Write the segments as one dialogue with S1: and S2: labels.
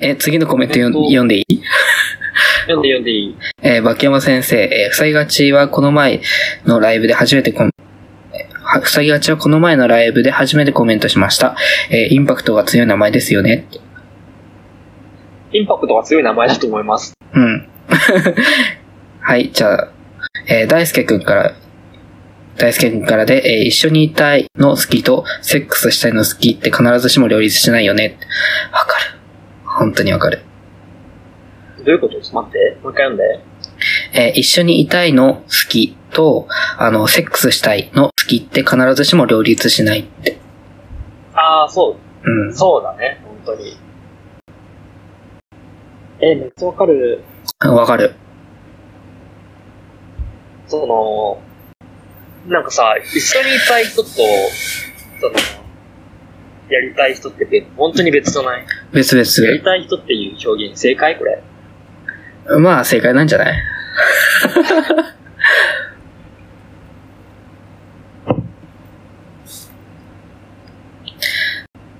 S1: えー次のコメント読ん
S2: えっと
S1: 読んでいい
S2: 読んで読んでいい。
S1: えー、バキヤマ先生、えー、ふさぎがちはこの前のライブで初めてコメンはふさぎがちはこの前のライブで初めてコメントしました。えーインパクトが強い名前ですよね。
S2: インパクトが強い名前だと思います。
S1: うん。 はい、じゃあ、えー大輔くんから、大輔くんからで、えー一緒にいたいの好きと、セックスしたいの好きって必ずしも両立しないよね。わかる。本当にわかる。
S2: どういうことちょっと待って。もう一回読んで。
S1: えー一緒にいたいの好きと、あの、セックスしたいの好きって必ずしも両立しないって。
S2: ああ、そう
S1: うん。
S2: そうだね、本当に。え、めっちゃわかる。
S1: わかる。
S2: その、なんかさ、一緒にいたい人と、その、やりたい人って別、本当に別じゃない
S1: 別
S2: やり
S1: 々。
S2: たい人っていう表現正解これ。
S1: まあ、正解なんじゃない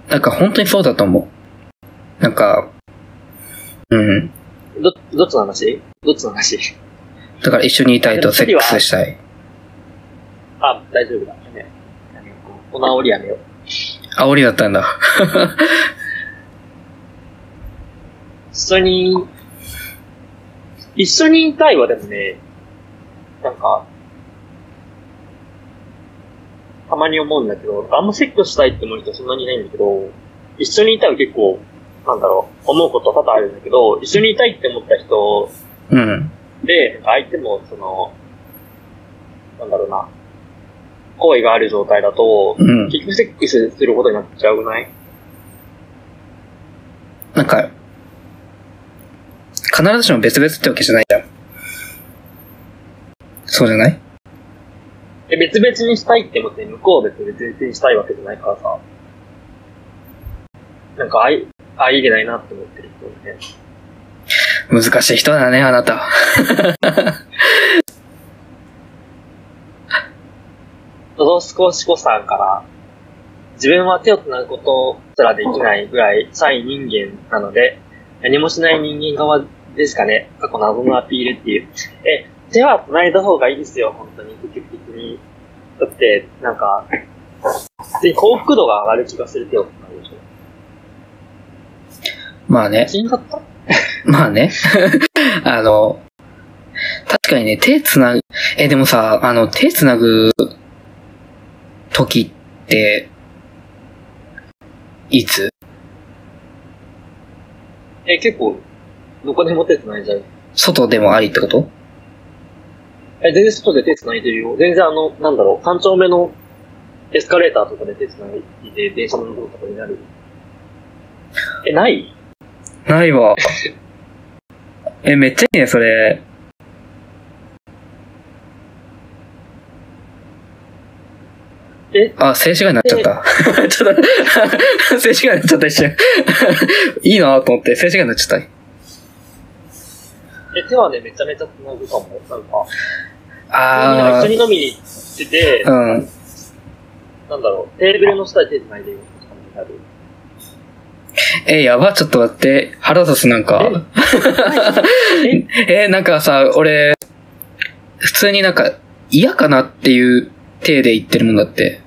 S1: なんか本当にそうだと思う。なんか、うん。
S2: ど、どっちの話どっちの話
S1: だから一緒にいたいとセックスしたい。
S2: あ、大丈夫だ。やめようやめようお直りやめよう。
S1: 煽りだったんだ。
S2: 一緒に、一緒にいたいはでもね、なんか、たまに思うんだけど、あんまセックスしたいって思う人そんなにいないんだけど、一緒にいたいは結構、なんだろう、思うこと多々あるんだけど、一緒にいたいって思った人
S1: うん。
S2: で、なんか相手もその、なんだろうな、好意がある状態だと、
S1: うん。
S2: 結局セックスすることになっちゃうくない
S1: なんか、必ずしも別々ってわけじゃないじゃん。そうじゃない
S2: え、別々にしたいって思って、向こうは別々にしたいわけじゃないからさ。なんか、あい、あいげないなって思ってる人ね。
S1: 難しい人だね、あなた。
S2: ドドスコシコさんから、自分は手を繋ぐことすらできないぐらい、サイ人間なので、何もしない人間側ですかね。過去謎のアピールっていう。え、手は繋いだ方がいいですよ、本当に。積極的に。だって、なんか、普通に幸福度が上がる気がする手を繋ぐでしょ。
S1: まあね。
S2: 死んじゃった
S1: まあね。 あの、確かにね、手つなぐ、え、でもさ、あの、手つなぐ時って、いつ
S2: え、結構、どこでも手繋いじゃう。
S1: 外でもありってこと
S2: え、全然外で手繋いでるよ。全然あの、なんだろう、三丁目のエスカレーターとかで手繋いで、電車の乗るとかになる。え、ない
S1: ない わ。え、めっちゃいいね、それ。
S2: え
S1: あ、静止画になっちゃった。 ちょっと、 静止画になっちゃった一瞬。いいなと思って、静止画になっちゃった。
S2: え、手はね、めちゃめちゃ繋ぐかも。なんか、
S1: あ
S2: みんな一緒に飲みに行ってて
S1: ー、、うん。
S2: なんだろう、テーブルの下で手繋いでるとかになる。
S1: え、やば、ちょっと待って。腹立つ、なんか。
S2: え、
S1: えーなんかさ、俺、普通になんか嫌かなっていう体で言ってるもんだって。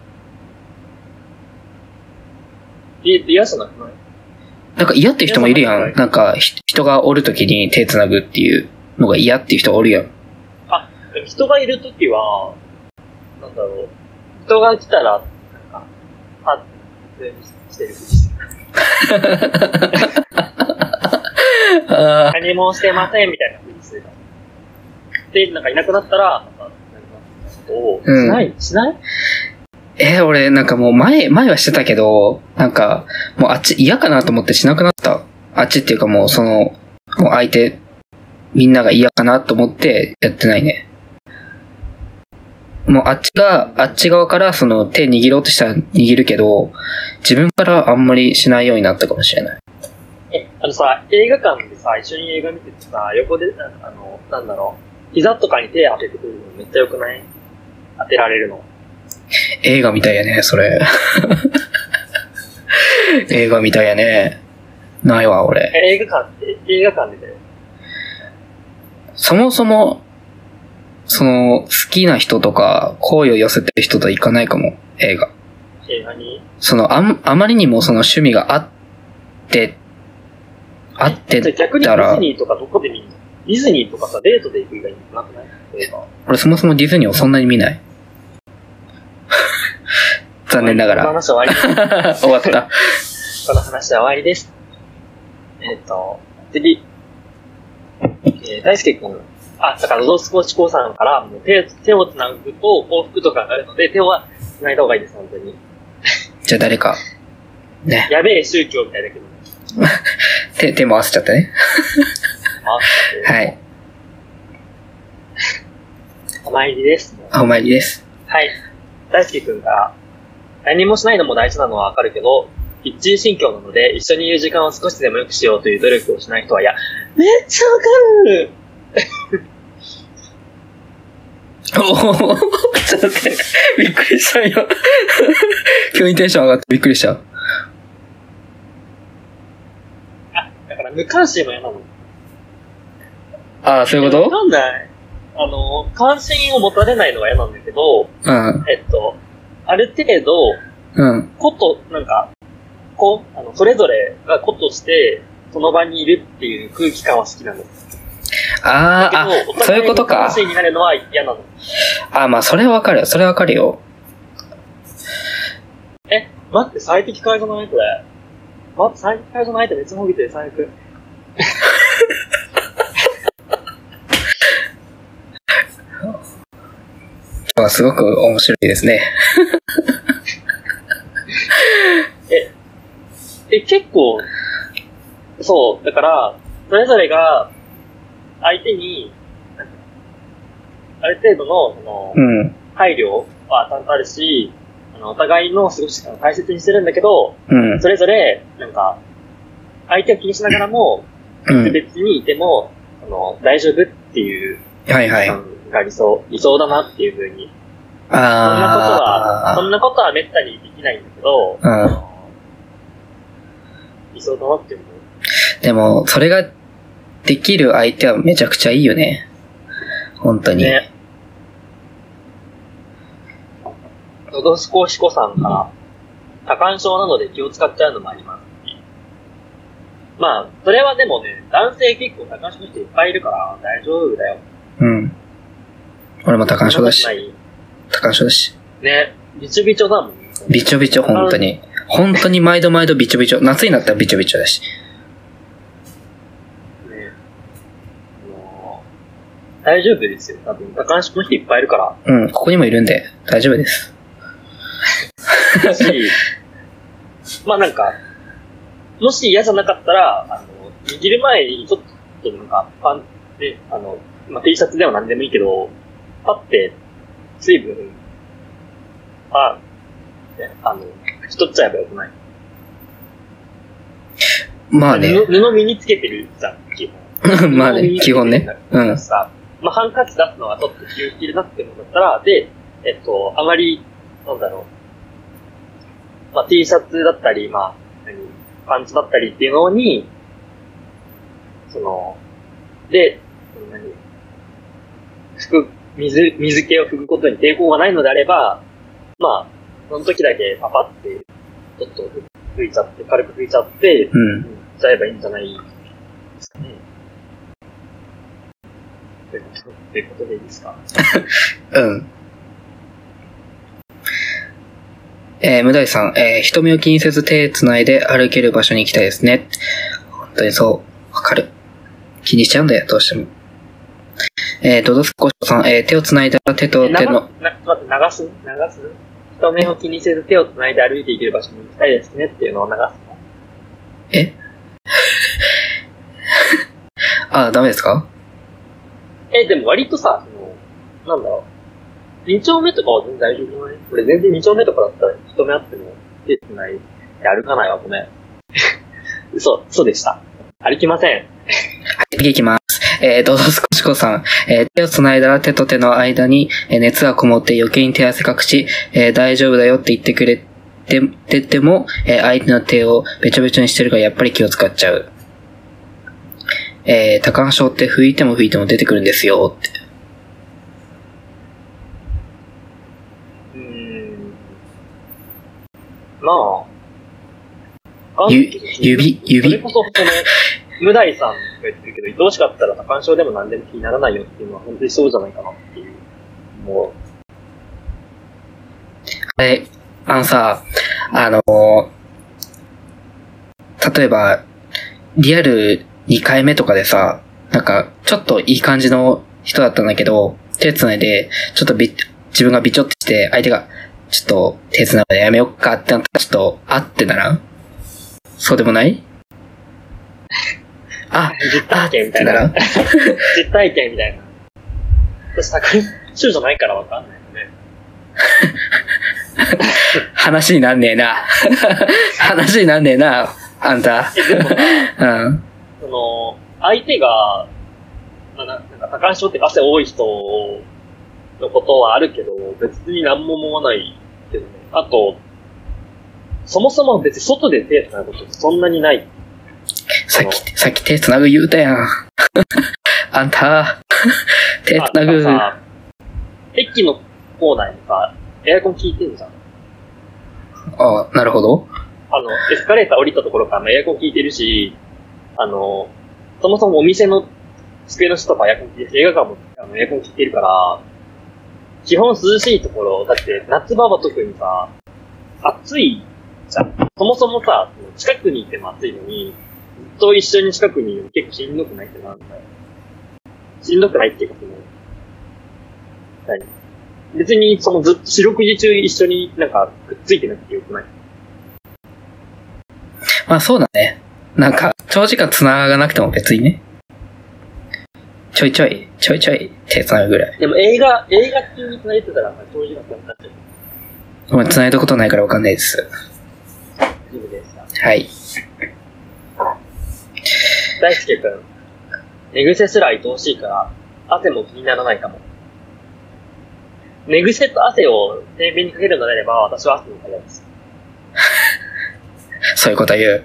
S2: え、嫌じゃなくない
S1: なんか嫌っていう人もいるや。
S2: 嫌じゃなんい
S1: なんかひ人がおるときに手繋ぐっていうのが嫌っていう人おるやん。
S2: でも人がいるときは、なんだろう、人が来たら、なんか、パッて普通にしてるふりして
S1: あー
S2: 何もしてませんみたいな風にするから。で、なんかいなくなったら、なんか、ことをし
S1: うん
S2: ない、しない
S1: えー俺なんかもう前、前はしてたけど、なんかもうあっち嫌かなと思ってしなくなった。あっちっていうかもうその、もう相手、みんなが嫌かなと思ってやってないね。もうあっちが、あっち側からその手握ろうとしたら握るけど、自分からあんまりしないようになったかもしれない。
S2: え、あのさ、映画館でさ、一緒に映画見ててさ、横で、なんかあの、なんだろう、膝とかに手当ててくるのめっちゃ良くない当てられるの。
S1: 映 画みたいやね、それ。映画みたいやね。ないわ、俺。
S2: え、映画館、え映画館でだよ。
S1: そもそも、その、好きな人とか、好意を寄せてる人と行かないかも、映画。
S2: 映画に。
S1: その、あん、あまりにもその趣味があって、あって
S2: じゃあ逆にデ
S1: た
S2: ィ
S1: ら
S2: ズ、ニーとかどこで見るのディズニーとかさ、デートで行く以外になくない映画。
S1: 俺そもそもディズニーをそんなに見ない。 残念なが
S2: この
S1: ら。
S2: 話は終わりで す。
S1: 終わった。
S2: この話は終わりです。えっ、と、次。えー、大輔くん。あ、だから、ロドスコーチコさんから、もう手、手を繋ぐと幸福とかがあるので、手は繋いだ方がいいです、本当に。
S1: じゃあ誰か。ね。
S2: やべえ宗教みたいだけど、
S1: 手、手回せちゃったね。
S2: 回すので、
S1: はい。
S2: お参りです。もう
S1: お参りです。
S2: はい。大輔くんが、何もしないのも大事なのはわかるけど、一致心境なので、一緒にいる時間を少しでも良くしようという努力をしない人は、いや、めっちゃわかる
S1: おおちょっと待って。びっくりしたよ。急にテンション上がってびっくりした。
S2: だから、無関心も嫌なの。
S1: ああ、そういう
S2: わ
S1: こ
S2: かんない。あの、関心を持たれないのが嫌なんだけど、
S1: とうん。
S2: えっと、ある程度、
S1: うん。
S2: こと、なんか、こう、あの、それぞれがことして、その場にいるっていう空気感は好きなの。
S1: ああ、
S2: けどお
S1: あ、そうい
S2: 互
S1: うこと
S2: 無
S1: か。
S2: 関心になるのは嫌なの。
S1: あ、まあ、それはわかるよ。それはわかるよ。
S2: え、待って、最適解じゃないこれ。待って、最適解じゃないってめっちゃほぎてる、最悪。
S1: まあ、すごく面白いですね。
S2: え、結構、そう、だから、それぞれが、相手に、なんかある程度の、その、
S1: うん。
S2: 配慮はちゃんとあるし、あの、お互いの過ごし方を大切にしてるんだけど、
S1: うん。
S2: それぞれ、なんか、相手を気にしながらも、
S1: うん。
S2: 別にいても、あの、大丈夫っていう、
S1: はいはい。
S2: あ
S1: あ
S2: のが理想、理想だなっていうふうに。そんなことは、そ
S1: あ
S2: んなことはめったにできないんだけど、
S1: うん
S2: あの理想だなって思う。
S1: ー。でも、それができる相手はめちゃくちゃいいよね。本当に。
S2: ね。のどすこしこさんから、多感症なので気を使っちゃうのもあります。まあ、それはでもね、男性結構多感症の人いっぱいいるから大丈夫だよ。
S1: うん。俺も多感症だし
S2: そんな、ことな
S1: 多感症だし。
S2: いね、びちょびちょだもん。
S1: びちょびちょ、本当に。本当に毎度毎度びちょびちょ。夏になったらびちょびちょだし。
S2: ねもう大丈夫ですよ。多分、多感症の人いっぱいいるか
S1: うん、ここにもいるんで、大丈夫です。
S2: ら。し、まあなんか、もし嫌じゃなかったら、あの、握る前にちょっとなんか、パンで、あの、まあ、T シャツでも何でもいいけど、パって、水分、あ、ねあの、拭き取っちゃえばよくない。
S1: まあね。
S2: 布布身につけてるじゃん、基本。
S1: まあね、基本ね。うん。
S2: さ、まあ、ハンカチ出すのはちょっと気を引きるなって思ったら、で、えっと、あまり、なんだろう、まあ、T シャツだったり、まあ、何パンツだったりっていうのに、その、で、何服、水、水気を拭くことに抵抗がないのであれば、まあ、その時だけパパって、ちょっと拭いちゃって、軽く拭いちゃって、
S1: うん。
S2: ちゃえばいいんじゃないですかね。ということということでいいですか
S1: うん。えー、無題さん、えー、人目を気にせず手繋いで歩ける場所に行きたいですね。本当にそう。わかる。気にしちゃうんだよ、どうしても。えー、ドドスコシコさん、えー、手を繋いだら手と
S2: えな
S1: 手
S2: な
S1: の、
S2: 待って、流す流す人目を気にせず手を繋いで歩いていける場所に行きたいですねっていうのを流すの。
S1: えあ、ダメですか
S2: え、でも割とさ、その、なんだろう。二丁目とかは全然大丈夫じゃない俺全然二丁目とかだったら人目あっても手繋いで歩かないわ、ご めん。嘘、嘘でした。歩きません。
S1: 次行きます。えー、ドドスコシコさん。えー手を繋いだら手と手の間に、えー熱がこもって余計に手汗かくし、えー大丈夫だよって言ってくれって、出ても、えー相手の手をべちょべちょにしてるからやっぱり気を使っちゃう。えー、多感症って拭いても拭いても出てくるんですよって。
S2: うーん。まあ。
S1: ゆ指、
S2: それ
S1: 指
S2: こ。そ、その、無題さんが言ってるけど、愛おしかったら多感症でも何でも気にならないよっていうのは本当にそうじゃないかなっていう。も
S1: え、あのさ、あのー例えば、リアル2回目とかでさ、なんか、ちょっといい感じの人だったんだけど、手繋いで、ちょっとび、自分がびちょってして、相手が、ちょっと手繋いでやめよっかってなったら、ちょっと、あってならんそうでもないあ
S2: う、、実
S1: あ
S2: 体
S1: っ
S2: 験
S1: て
S2: みたい
S1: なら
S2: な。
S1: ん
S2: 実体験みたいな。私、多感症じゃないからわかんないよね。
S1: 話になんねえな。 話になんねえな、あんた。
S2: えでもさ、
S1: うん。
S2: その、相手が、まあ、ななんか、多感症っていうか汗多い人のことはあるけど、別に何も思わないけどね。あと、そもそも別に外で手つなぐことってそんなにない。
S1: さっき、さっき手つなぐ言うたやん。 あん た、手つなぐ。
S2: あなんかさ駅の構内にさ、エアコン効いてんじゃん。
S1: あなるほど。
S2: あの、エスカレーター降りたところからエアコン効いてるし、あの、そもそもお店の机の下とかエアコン効いてるし、映画館もあのエアコン効いてるから、基本涼しいところ、だって夏場は特にさ、暑いじゃん。そもそもさ、近くにいても暑いのに、ずっと一緒に近くにいるの結構しんどくないってなんだよ。しんどくないっていうか、その、何別にそのずっと四六時中一緒になんかくっついてなくてよくない
S1: まあそうだね。なんか、長時間つながなくても別にね。ちょいちょい、ちょいちょい手つなぐぐらい。
S2: でも映画、映画中に繋いでたら、まあ、そういうのになっちゃう。
S1: ごめん、つないだことないからわかんないです。
S2: ジムでした。
S1: はい。
S2: 大輔くん。寝癖すら愛おしいから、汗も気にならないかも。寝癖と汗を天秤にかけるのであれば、私は汗のかけです。
S1: そういう こと言う。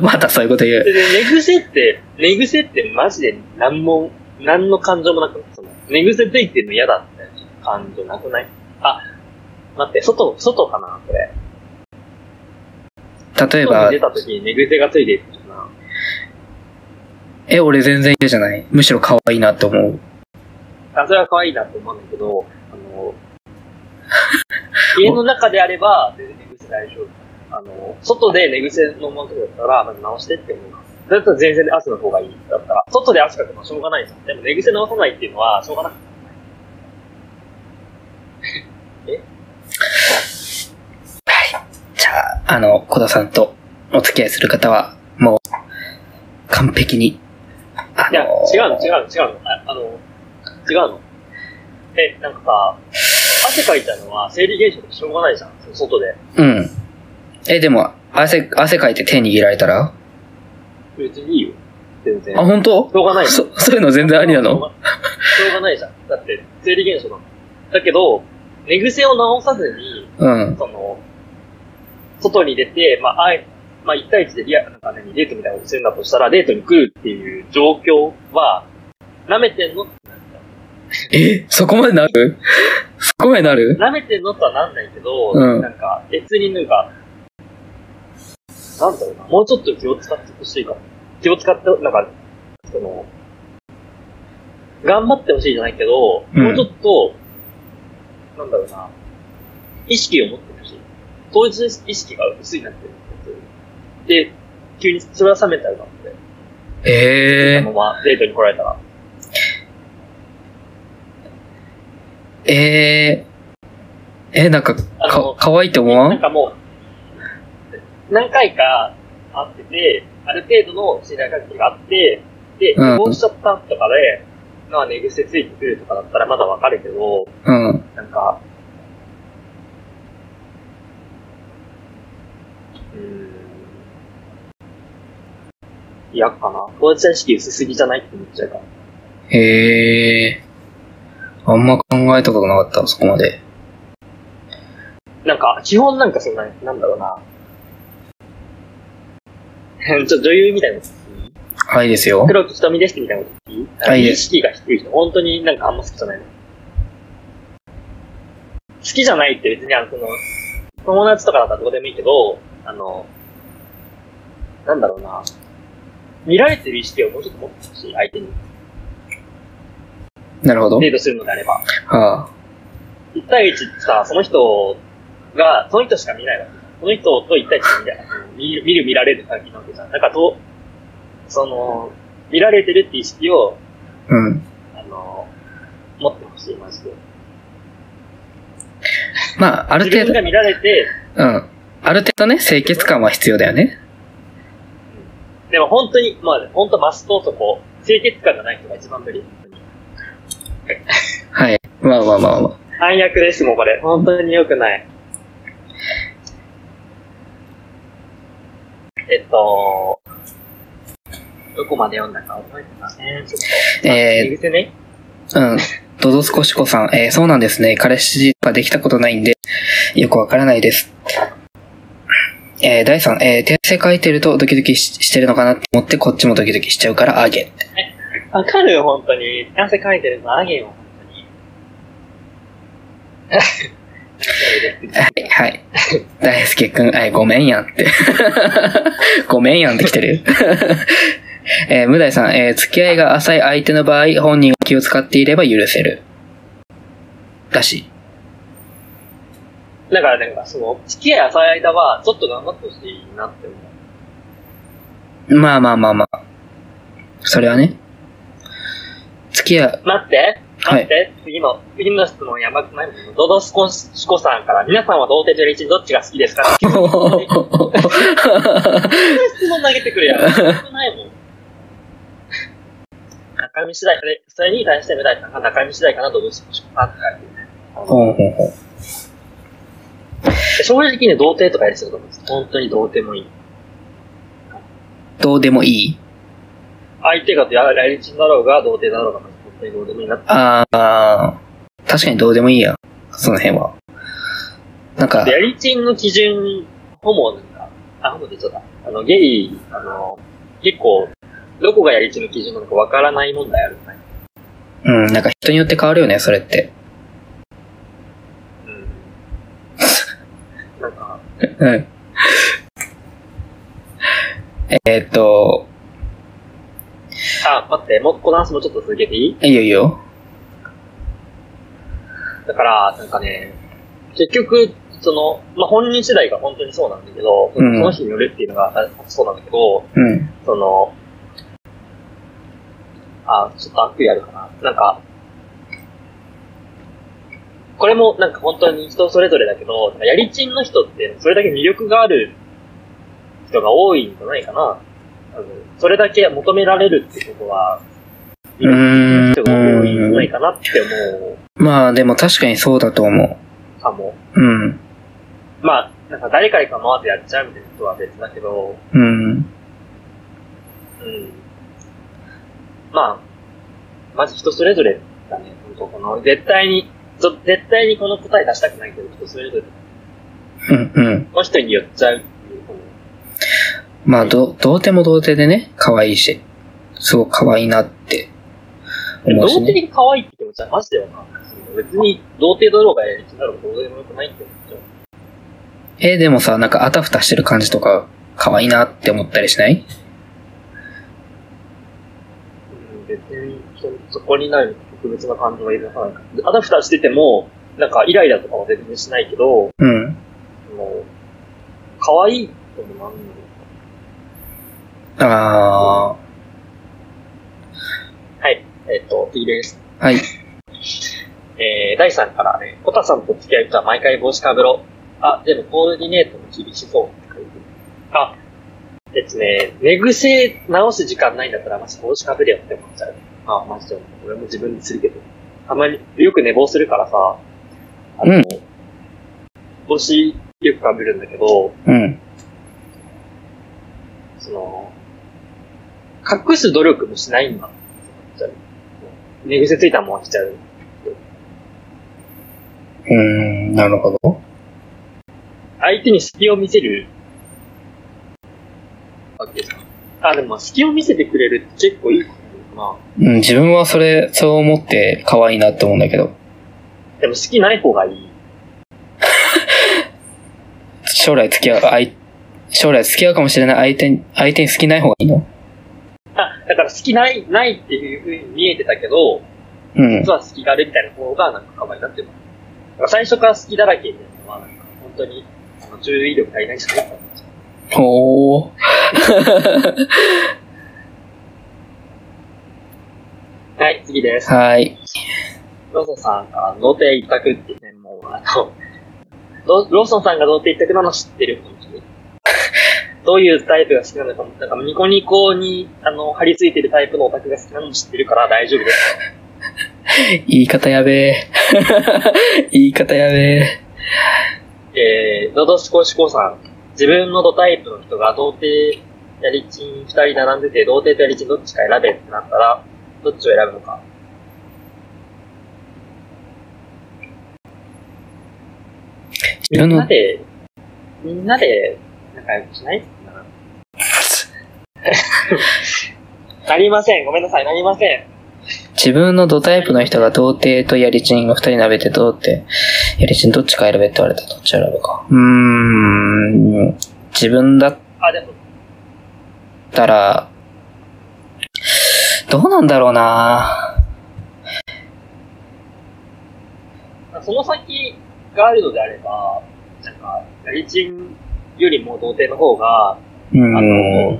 S1: またそういうこと言う。
S2: で、寝癖って、寝癖ってマジで何も、何の感情もなくなったの。寝癖ついてるの嫌だって感情なくないあ、待って、外、外かなこれ。
S1: 例え
S2: 外
S1: ば
S2: に出、た時に寝癖がついてるのかな
S1: え、俺全然嫌じゃない。むしろ可愛いなって思う。
S2: あ、それは可愛いなと思うんだけど、あの、家の中であれば、全然寝癖大丈夫。あの、外で寝癖のままとかだったら、まず直してって思う。だったら全然汗の方がいい。だったら、外で汗かくのはしょうがないじゃん。でも寝癖直さないっていうのは、しょうがなく
S1: じゃあ、あの、小田さんとお付き合いする方は、もう、完璧に、あ
S2: いや、
S1: の、
S2: 違うの、違うの、違うの。ああの、違うの。え、なんかさ、汗かいたのは生理現象でしょうがないじゃん。その外で。
S1: うん。え、でも、汗、汗かいて手握られたら
S2: 別にいいよ。全然。
S1: あ、
S2: し
S1: 本当
S2: ょうがないじゃん
S1: そ、そういうの全然ありなの
S2: しょうがないじゃん。だって、生理現象だもん。だけど、寝癖を直さずに、
S1: うん。
S2: その、外に出て、まあ、あえまあ、1対1でリアルな感じにデートみたいなことするんだとしたら、デートに来るっていう状況は、舐めてんの
S1: え、そこまでなるそこまでなる
S2: 舐めてんのとはなんないけど、
S1: うん
S2: なんか、別になんか、なんだろうな、もうちょっと気を使ってほしいかも。気を使って、なんか、その、頑張ってほしいじゃないけど、
S1: うん
S2: もうちょっと、なんだろうな、意識を持ってほしい。当日意識が薄いなって思って。で、急にそれは冷めたようなので、
S1: え
S2: そのままデートに来られたら。
S1: ー、えー、え、なんか、
S2: あ
S1: か
S2: の、
S1: 可愛いと思わ
S2: なん
S1: ん
S2: かもう、何回か会ってて、ある程度の信頼関係があって、で、
S1: うん
S2: 離婚しちゃったとかで、まあ寝癖ついてくるとかだったらまだわかるけど、
S1: うん。
S2: なんか、うーん、嫌かな。当事者意識薄すぎじゃないって思っちゃうから。
S1: えー、あんま考えたことなかった、そこまで。
S2: なんか、基本なんかそんな、なん だろうな。ちょ、女優みたいな。
S1: はいですよ。
S2: 黒木瞳ですみたいなこと言っていい
S1: はい
S2: 意識が低い人、本当になんかあんま好きじゃないの。好きじゃないって別に、あの、その、友達とかだったらどうでもいいけど、あの、なんだろうな。見られてる意識をもうちょっと持ってほしい、相手に。
S1: なるほど。
S2: デートするのであれば。
S1: はあ、
S2: 一対一ってさ、その人が、その人しか見ないわけじゃん。その人と一対一で見ない。見る、見る見られる関係なわけじゃん。だからと、その、見られてるって意識を、
S1: うん。
S2: あの、持ってほしい、マジで。
S1: まあ、ある
S2: 自
S1: 程度
S2: 分が、見られて、
S1: うん。ある程度ね、清潔感は必要だよね。
S2: でも本当に、まあ、本当マスト男、清潔感がない人が一番無理、本当に。
S1: はい。まあまあまあま
S2: 暗躍です、もうこれ。本当に良くない。えっと、どこまで読んだか覚えてません。ちょっと
S1: えー
S2: 右手ね。
S1: あ。うん。ドドスコシコさん、えーそうなんですね。彼氏ができたことないんで、よくわからないです。えー、第3、えー、訂正書いてるとドキドキししてるのかなって思って、こっちもドキドキしちゃうから、あげ。
S2: わかるよ、本当に。汗かいてるの、あげよ、本当に。
S1: はい、はい。大輔くん、えーごめんやんって。 ごめんやんって来てる。 えー、無題さん、えー付き合いが浅い相手の場合、本人が気を使っていれば許せる。らしい。
S2: だから、なんか、その、付き合い浅い間は、ちょっと頑張ってほしいなって思う。
S1: まあまあまあまあ。それはね。付き合う。
S2: 待って、
S1: はい
S2: 待って、次の、次の質問やばくないドドスコシコさんから、皆さんは童貞とレチンどっちが好きですか
S1: お
S2: そんな
S1: お
S2: 質問投げてくるやん。よくないもん。中身次第、それ、それに対して無題さんが中身次第かな、ドドスコシコさんって書いてるね。
S1: お
S2: で正直ね、童貞とかやりすると思うんです。本当に童貞もいい。
S1: どうでもいい
S2: 相手がやられちんだろうが、童貞だろうが、本当にどうでもいいなって。
S1: ああ、確かにどうでもいいや。その辺は。なんか
S2: で、やりちんの基準、ホモなんか、あ、ホモでちょっと、あの、ゲイ、あの、結構、どこがやりちんの基準なのかわからない問題あるよね。
S1: うん、なんか人によって変わるよね、それって。
S2: うん。なんか、
S1: うん。えーっと、
S2: あ、待って、もう、この話もちょっと続けていい
S1: いいよいいよ。
S2: だから、なんかね、結局、その、まあ、本人次第が本当にそうなんだけど、
S1: うん
S2: その人によるっていうのがあそうなんだけど、
S1: うん。
S2: その、あ、ちょっと悪意あるかな。なんか、これもなんか本当に人それぞれだけど、なんかやりちんの人ってそれだけ魅力がある人が多いんじゃないかな。あのそれだけ求められるってことは、魅力的な人が多いんじゃないかなって思
S1: まあでも確かにそうだと思
S2: うかも。
S1: う。うん。
S2: まあ、なんか誰かに構わずやっちゃうみたいなことは別だけど、
S1: うん。
S2: うんまあ、まず人それぞれだね、本当この、絶対に、ぞ絶対にこの答え出したくないけど、人それぞれ、
S1: うんうん。
S2: この人によっちゃうっていう、この
S1: まあ、ど、童貞も童貞でね、可愛いし、すごく可愛いなって
S2: で
S1: 思
S2: も
S1: う
S2: 童
S1: し
S2: 貞
S1: ね。
S2: に可愛いって気持ちはマジだよな。別に、童貞だろうが、やりだろうが、どうでもよくないって思っちゃう。
S1: え、でもさ、なんかあたふたしてる感じとか、可愛いなって思ったりしない
S2: うん、別にそ、そこにない特別な感情はいらない。あたふたしてても、なんかイライラとかは全然しないけど、
S1: うん。
S2: もう、可愛いってもなんの
S1: あ
S2: はい、えっ、と、いいです。
S1: ー。はい。
S2: えー、第3からね、コタさんと付き合う人は毎回帽子かぶろ。あ、でもコーディネートも厳しそうって書いてる。あ、ですね、寝癖直す時間ないんだったら、まず帽子かぶれよって思っちゃう。あ、マジで思う。俺も自分でするけど。たまに、よく寝坊するからさ、あの、
S1: うん
S2: 帽子よくかぶるんだけど、
S1: うん。
S2: その、隠す努力もしないんだって思っちゃう。寝癖ついたまま来ちゃう。
S1: うーん、なるほど。
S2: 相手に隙を見せるわけですかあ、でも隙を見せてくれるって結構いいことか
S1: うん、自分はそれ、そう思って可愛いなって思うんだけど、
S2: な。でも隙ない方がいい。
S1: 将来付き合う、あい将来付き合うかもしれない相手に、相手に好きない方がいいの
S2: あ、だから隙ない、ないっていう風に見えてたけど、
S1: うん。
S2: 実は隙があるみたいな方がなんか可愛いなって思う。だから最初から隙だらけみたいなのは、なんか本当に、あの注意力足りないんじゃないかな。
S1: ほー。
S2: はい、次です。
S1: はい。
S2: ローソンさんが童貞一択ってね、もう、あの、 ロローソンさんが童貞一択なの知ってる、本当に。どういうタイプが好きなのかも、なんかニコニコに、あの、張り付いてるタイプのオタクが好きなの知ってるから大丈夫です。
S1: 言い方やべえ。 言い方やべえ。
S2: えー、ドドシコシコさん、自分のドタイプの人が童貞やりちん二人並んでて、童貞とやりちんどっちか選べってなったら、どっちを選ぶのか。み
S1: 自分
S2: んな
S1: の、
S2: で、みんなで仲良くしないか な。なりません。ごめんなさい。なりません。
S1: 自分のドタイプの人が童貞とやりちんが二人並べてどうって、やりちんどっちか選べって言われたらどっち選ぶか。うーん、自分だっ
S2: あ、でも、
S1: たら、どうなんだろうな
S2: その先があるのであれば、なんか、やりちんよりも童貞の方が、
S1: うーん、
S2: あの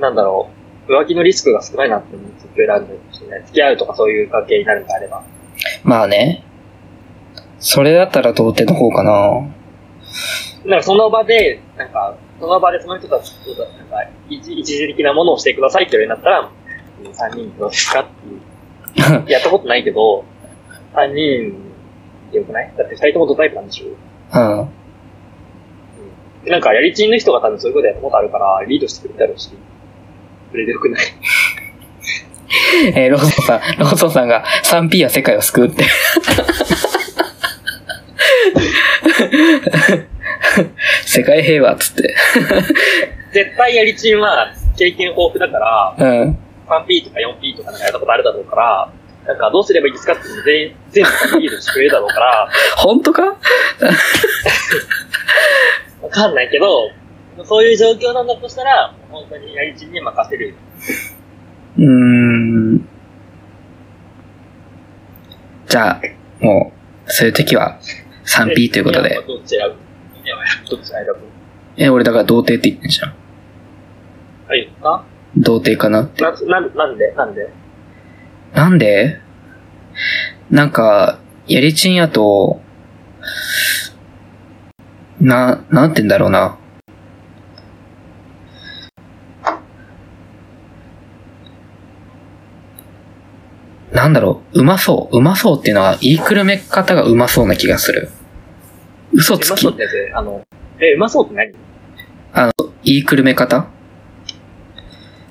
S2: なんだろう、浮気のリスクが少ないなって思って選んでるかもしれない。付き合うとかそういう関係になるのであれば。
S1: まあね。それだったら童貞の方かな
S2: なんかその場で、なんか、その場でその人たちと、なんか一、一時的なものをしてくださいって言われになったら、3人どうですかっていう。やったことないけど、3人、よくないだって2人ともドタイプなんでしょ
S1: うん。
S2: なんか、やりちんの人が多分そういうことやったことあるから、リードしてくれたろうし、それでよくない
S1: えーローソンさん、ロ ーソンさんが 3P は世界を救うって。 世界平和っつって。
S2: 絶対やりちんは経験豊富だから、
S1: うん。
S2: 3P とか 4P とかなんかやったことあるだろうから、なんかどうすればいいですかっていうの全員、全部リードしてくれるだろうから、
S1: 本当か
S2: わかんないけど、そういう状況なんだとしたら、本当にやりちんに任せる。
S1: うーん。じゃあ、もう、そういう時は 3P ということで。
S2: どっち選ぶいやどっち選ぶ
S1: え、俺だから童貞って言ってんじゃん。
S2: はい、あ
S1: 童貞かなって。
S2: な、な、なんでなんで
S1: なんでなんか、やりちんやと、な、なんて言うんだろうな。なんだろう、うまそう、うまそうっていうのは、言いくるめ方がうまそうな気がする。嘘
S2: う
S1: つ
S2: ま
S1: き
S2: そうっ、てやつ、あの、え、うまそうって何ど
S1: 言いくるめ方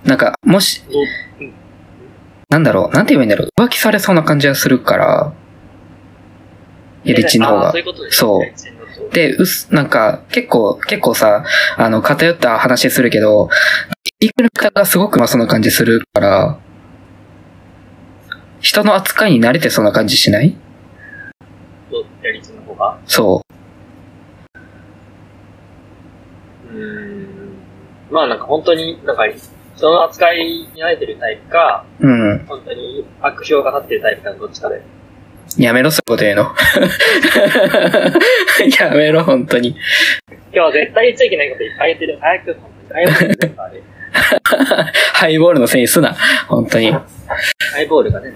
S1: なんか、もし、
S2: う
S1: なんだろう、なんて言えばいいんだろう、浮気されそうな感じがするから、やりちんの方
S2: あ
S1: が
S2: そうい。うことね
S1: そう
S2: やりちんの方が
S1: で、うす、なんか、結構、結構さ、あの、偏った話するけど、言いくるめ方がすごくまあそんな感じするから、人の扱いに慣れてそうな感じしない
S2: どうやりちんの方が
S1: そう
S2: ーん。まあなんか本当に、なんか、その扱いに慣れてるタイプか、
S1: う。うん。
S2: 本当に悪評が立ってるタイプかのどっちかで。
S1: やめろ、そういうこと言うの。 やめろ、本当に。
S2: 今日は絶対言っちゃいけないこといっぱい言ってる。早く、本当に。ハイボールとかね
S1: ハイボールのせいにすな。本当に。
S2: ハイボールがね。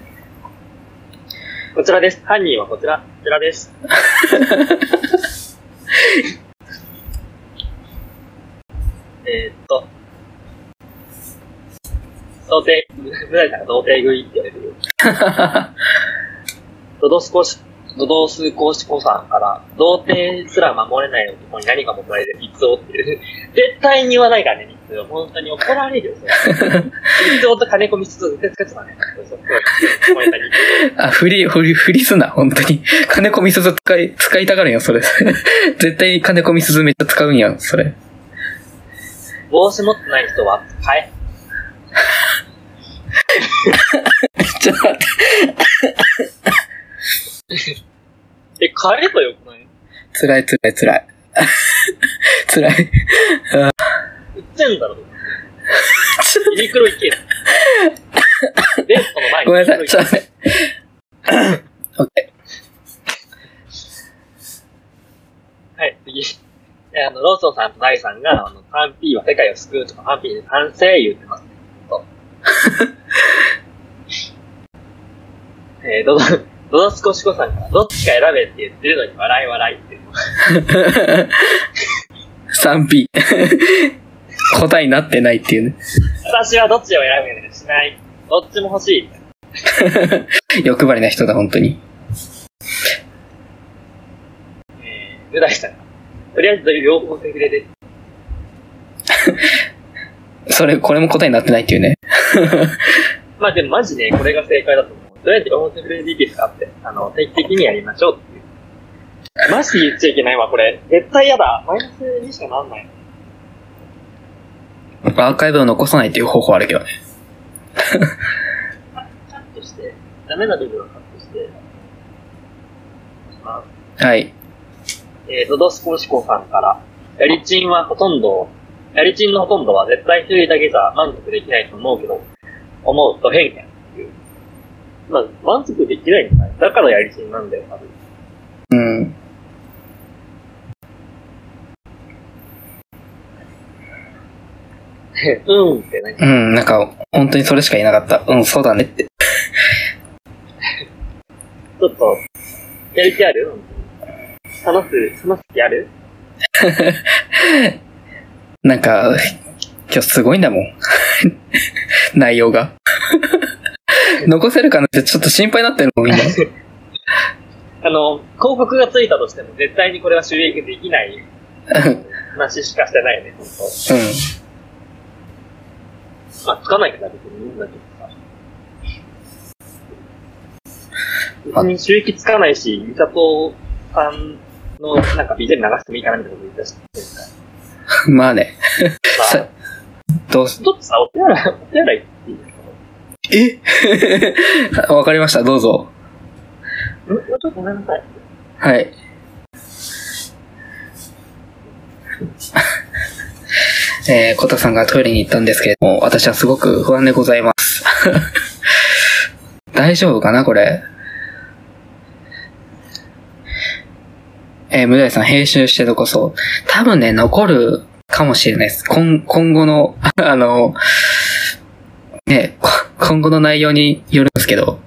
S2: こちらです。犯人はこちら。こちらです。えーっと。童貞、無駄さんが童貞食いって言われてる。ドドスコシドドース公子子さんから、童貞すら守れない男に何が求められる三つっていう。絶対に言わないからね、三つ本当に怒られるよ、それ。三つと金子三つ絶対使ってたね。そうそうそう。こうやったり
S1: あ、振り、振り、振りすな、本当に。 金子みすず使い、使いたがるんやん、それ。 絶対金子みすずめっちゃ使うんやん、それ。
S2: 帽子持ってない人は、はい。
S1: ちょっと待って。
S2: え、変えればよくない
S1: 辛い辛い辛い。 辛い。
S2: 売ってん だろ。ユニクロ行けよ。ベストの前に
S1: ごめ
S2: ユ
S1: ん
S2: ニク
S1: なさい、
S2: ロ行
S1: ち
S2: け
S1: ょっと待って。オッ ケ
S2: はい、次。えあの、ローソンさんとダイさんが、あの、3P は世界を救うとか、3P に賛成言ってますね。 と。えー、どど、どどすこしこさんから、どっちか選べって言ってるのに、笑い笑いっていう。
S1: ー。3P。答えになってないっていうね。
S2: 私はどっちを選ぶようにしない。どっちも欲しい。
S1: 欲張りな人だ、本当に。
S2: えー、うだいさんが。とりあえず両方セフレです。
S1: それ、これも答えになってないっていうね。
S2: まあでもマジでこれが正解だと思う。とりあえず両方セフレでいいですかって、あの、定期的にやりましょうっていう。マジで言っちゃいけないわ、これ。絶対やだ。マイナスにしかなんない。
S1: アーカイブを残さないっていう方法あるけどね。
S2: カットして、ダメな部分はカットして、まあ、
S1: はい。
S2: えー、ドドスコシコさんから、やりちんはほとんど、やりちんのほとんどは絶対一人だけじゃ満足できないと思うけど、思うと変やっていう。まあ、満足できないんじゃないだからやりちんなんだよ、多分。
S1: うん。
S2: うんって何
S1: うん、なんか、本当にそれしか言えなかった。うん、そうだねって。
S2: ちょっと、やる気ある話す、話す気ある
S1: なんか、今日すごいんだもん。 内容が。 残せるかなってちょっと心配になってるもん、みんな。
S2: あの、広告がついたとしても絶対にこれは収益できな
S1: う
S2: い
S1: ん。
S2: 話しかしてないよね、本当まあ、つかないから別にいいんだけどさ。別に収益つかないし、美里さんのなんか BJ 流してもいいかなみたいなこと言ったし、
S1: うん。まあね。
S2: まあ
S1: さ、どうす、
S2: ちょっとさ、お手洗い、お手洗いっていい
S1: え わかりました、どうぞ。
S2: もうちょっとごめんなさい。
S1: はい。 えー、コタさんがトイレに行ったんですけれども、私はすごく不安でございます。 大丈夫かなこれ。えー、無題さん、編集してどこそ。多分ね、残るかもしれないです。今、今後の、あの、ね、こ今後の内容によるんですけど、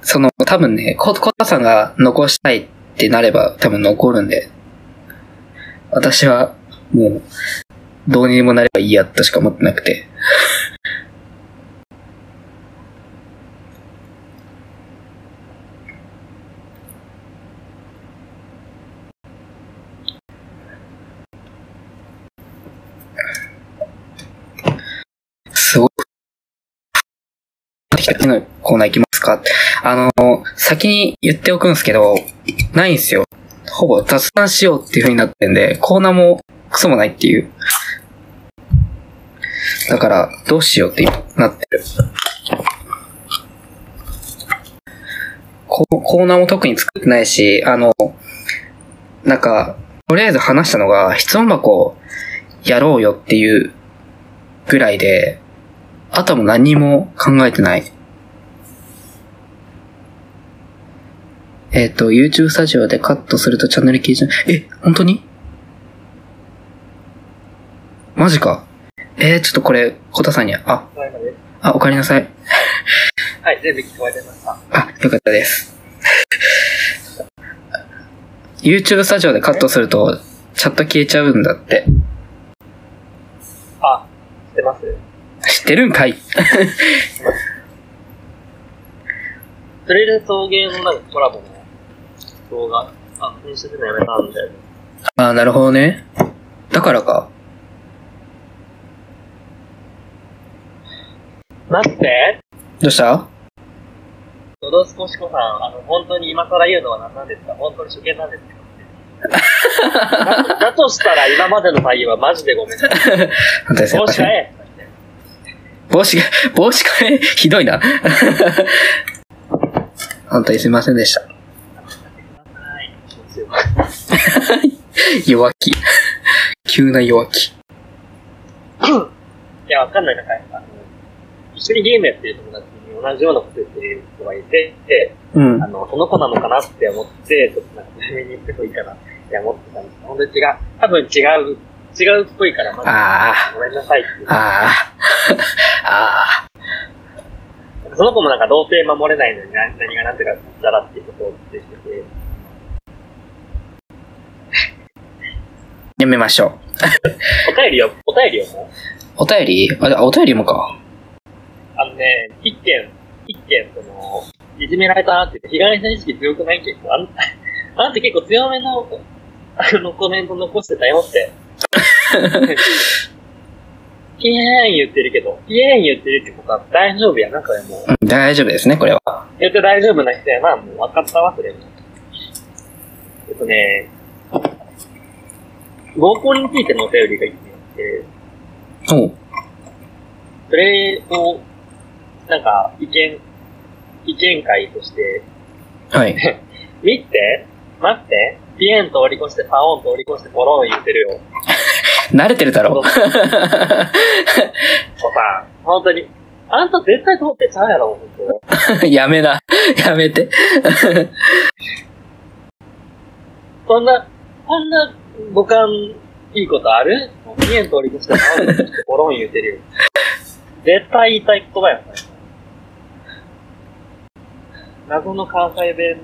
S1: その、多分ね、ココタさんが残したいってなれば多分残るんで、私はもう、どうにもなればいいやとしか思ってなくて。すごい。次のコーナー行きますかあの、先に言っておくんですけど、ないんすよ。ほぼ雑談しようっていう風になってんで、コーナーもクソもないっていう。だから、どうしようってなってる。ココーナーも特に作ってないし、あの、なんか、とりあえず話したのが、質問箱やろうよっていうぐらいで、あとはもう何も考えてない。えっ、と、YouTube スタジオでカットするとチャンネル消えちゃう。え、本当にマジか。えー、ちょっとこれ、コタさんに、あ、あ、おかえりなさい。
S2: はい、全部聞こえてました。
S1: あ、よかったです。YouTube スタジオでカットすると、チャット消えちゃうんだって。
S2: あ、知ってます
S1: 知ってるんかい
S2: それで陶芸のなんかコラボの動画、あ、編集するのやめたんだよね。
S1: ああ、なるほどね。だからか。
S2: 待って
S1: どうした
S2: ロドスコシコさん、あの、本当に今更言うのは何なんですか本当に初見なんですかだだとしたら今までの詐欺はマジでごめんなさい。
S1: 本当です
S2: もしかえ
S1: 帽子が、帽子かえ、ひどい な。本当にすいませんでした。
S2: はい。
S1: 弱気。 急な弱気。
S2: いや、わかんない。なんか、あの、一緒にゲームやってる友達に同じようなこと言ってる人がいて、
S1: うん
S2: あ。の、その子なのかなって思って、ちょっとなんか早めに言ってもいいかなって思ってたんですけど、本当に違う。多分違う、違うっぽいから、まだ
S1: あ
S2: ごめんなさいっていう
S1: あ、 ああ、ああ、
S2: その子もなんか童貞守れないのに何何が何てかだらっていうことを言ってて、
S1: やめましょう。
S2: お便りを、お便りをもう、
S1: お便りあれ、あお便りもか。
S2: あのね、一件、一件、その、いじめられたなって、被害者意識強くないけど、あん あんた結構強めの、あの、コメント残してたよって。ピエーン言ってるけど、ピエーン言ってるってことは大丈夫やな、これもう。
S1: うん大丈夫ですね、これは。
S2: 言って大丈夫な人やな、もう分かったわ、それも。えっとね、合コンについてのお便りが一件あって、
S1: おう。
S2: それを、なんか、意見、意見会として、
S1: はい。
S2: 見て、待って、ピエン通り越して、パオン通り越して、ポロン言ってるよ。
S1: 慣れてるだろう。
S2: おさん、本当に。あんた絶対通ってちゃうやろ、本当。
S1: やめな。やめて。
S2: そんな、こんな、五感、いいことあるもうピエン通り越して、パオン通り越して、ポロン言ってるよ。絶対言いたい言葉やん、これ謎の関西弁、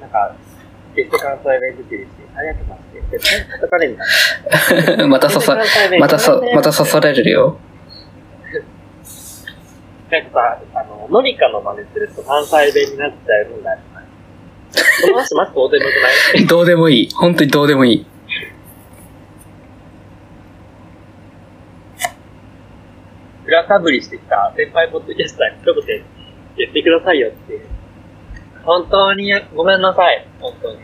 S2: なんか、決して関西弁出てるし、ありがとうございます。絶対叩かれるんだ。
S1: またそそ、またそ、またそそられるよ。
S2: なんかさ、あの、ノリカの真似すると関西弁になっちゃうんだよ。この話マジどうでもよくない
S1: どうでもいい。本当にどうでもいい。
S2: 裏かぶりしてきた先輩ポッドキャスターに一言言ってくださいよっていう。本当にごめんなさい。本当に。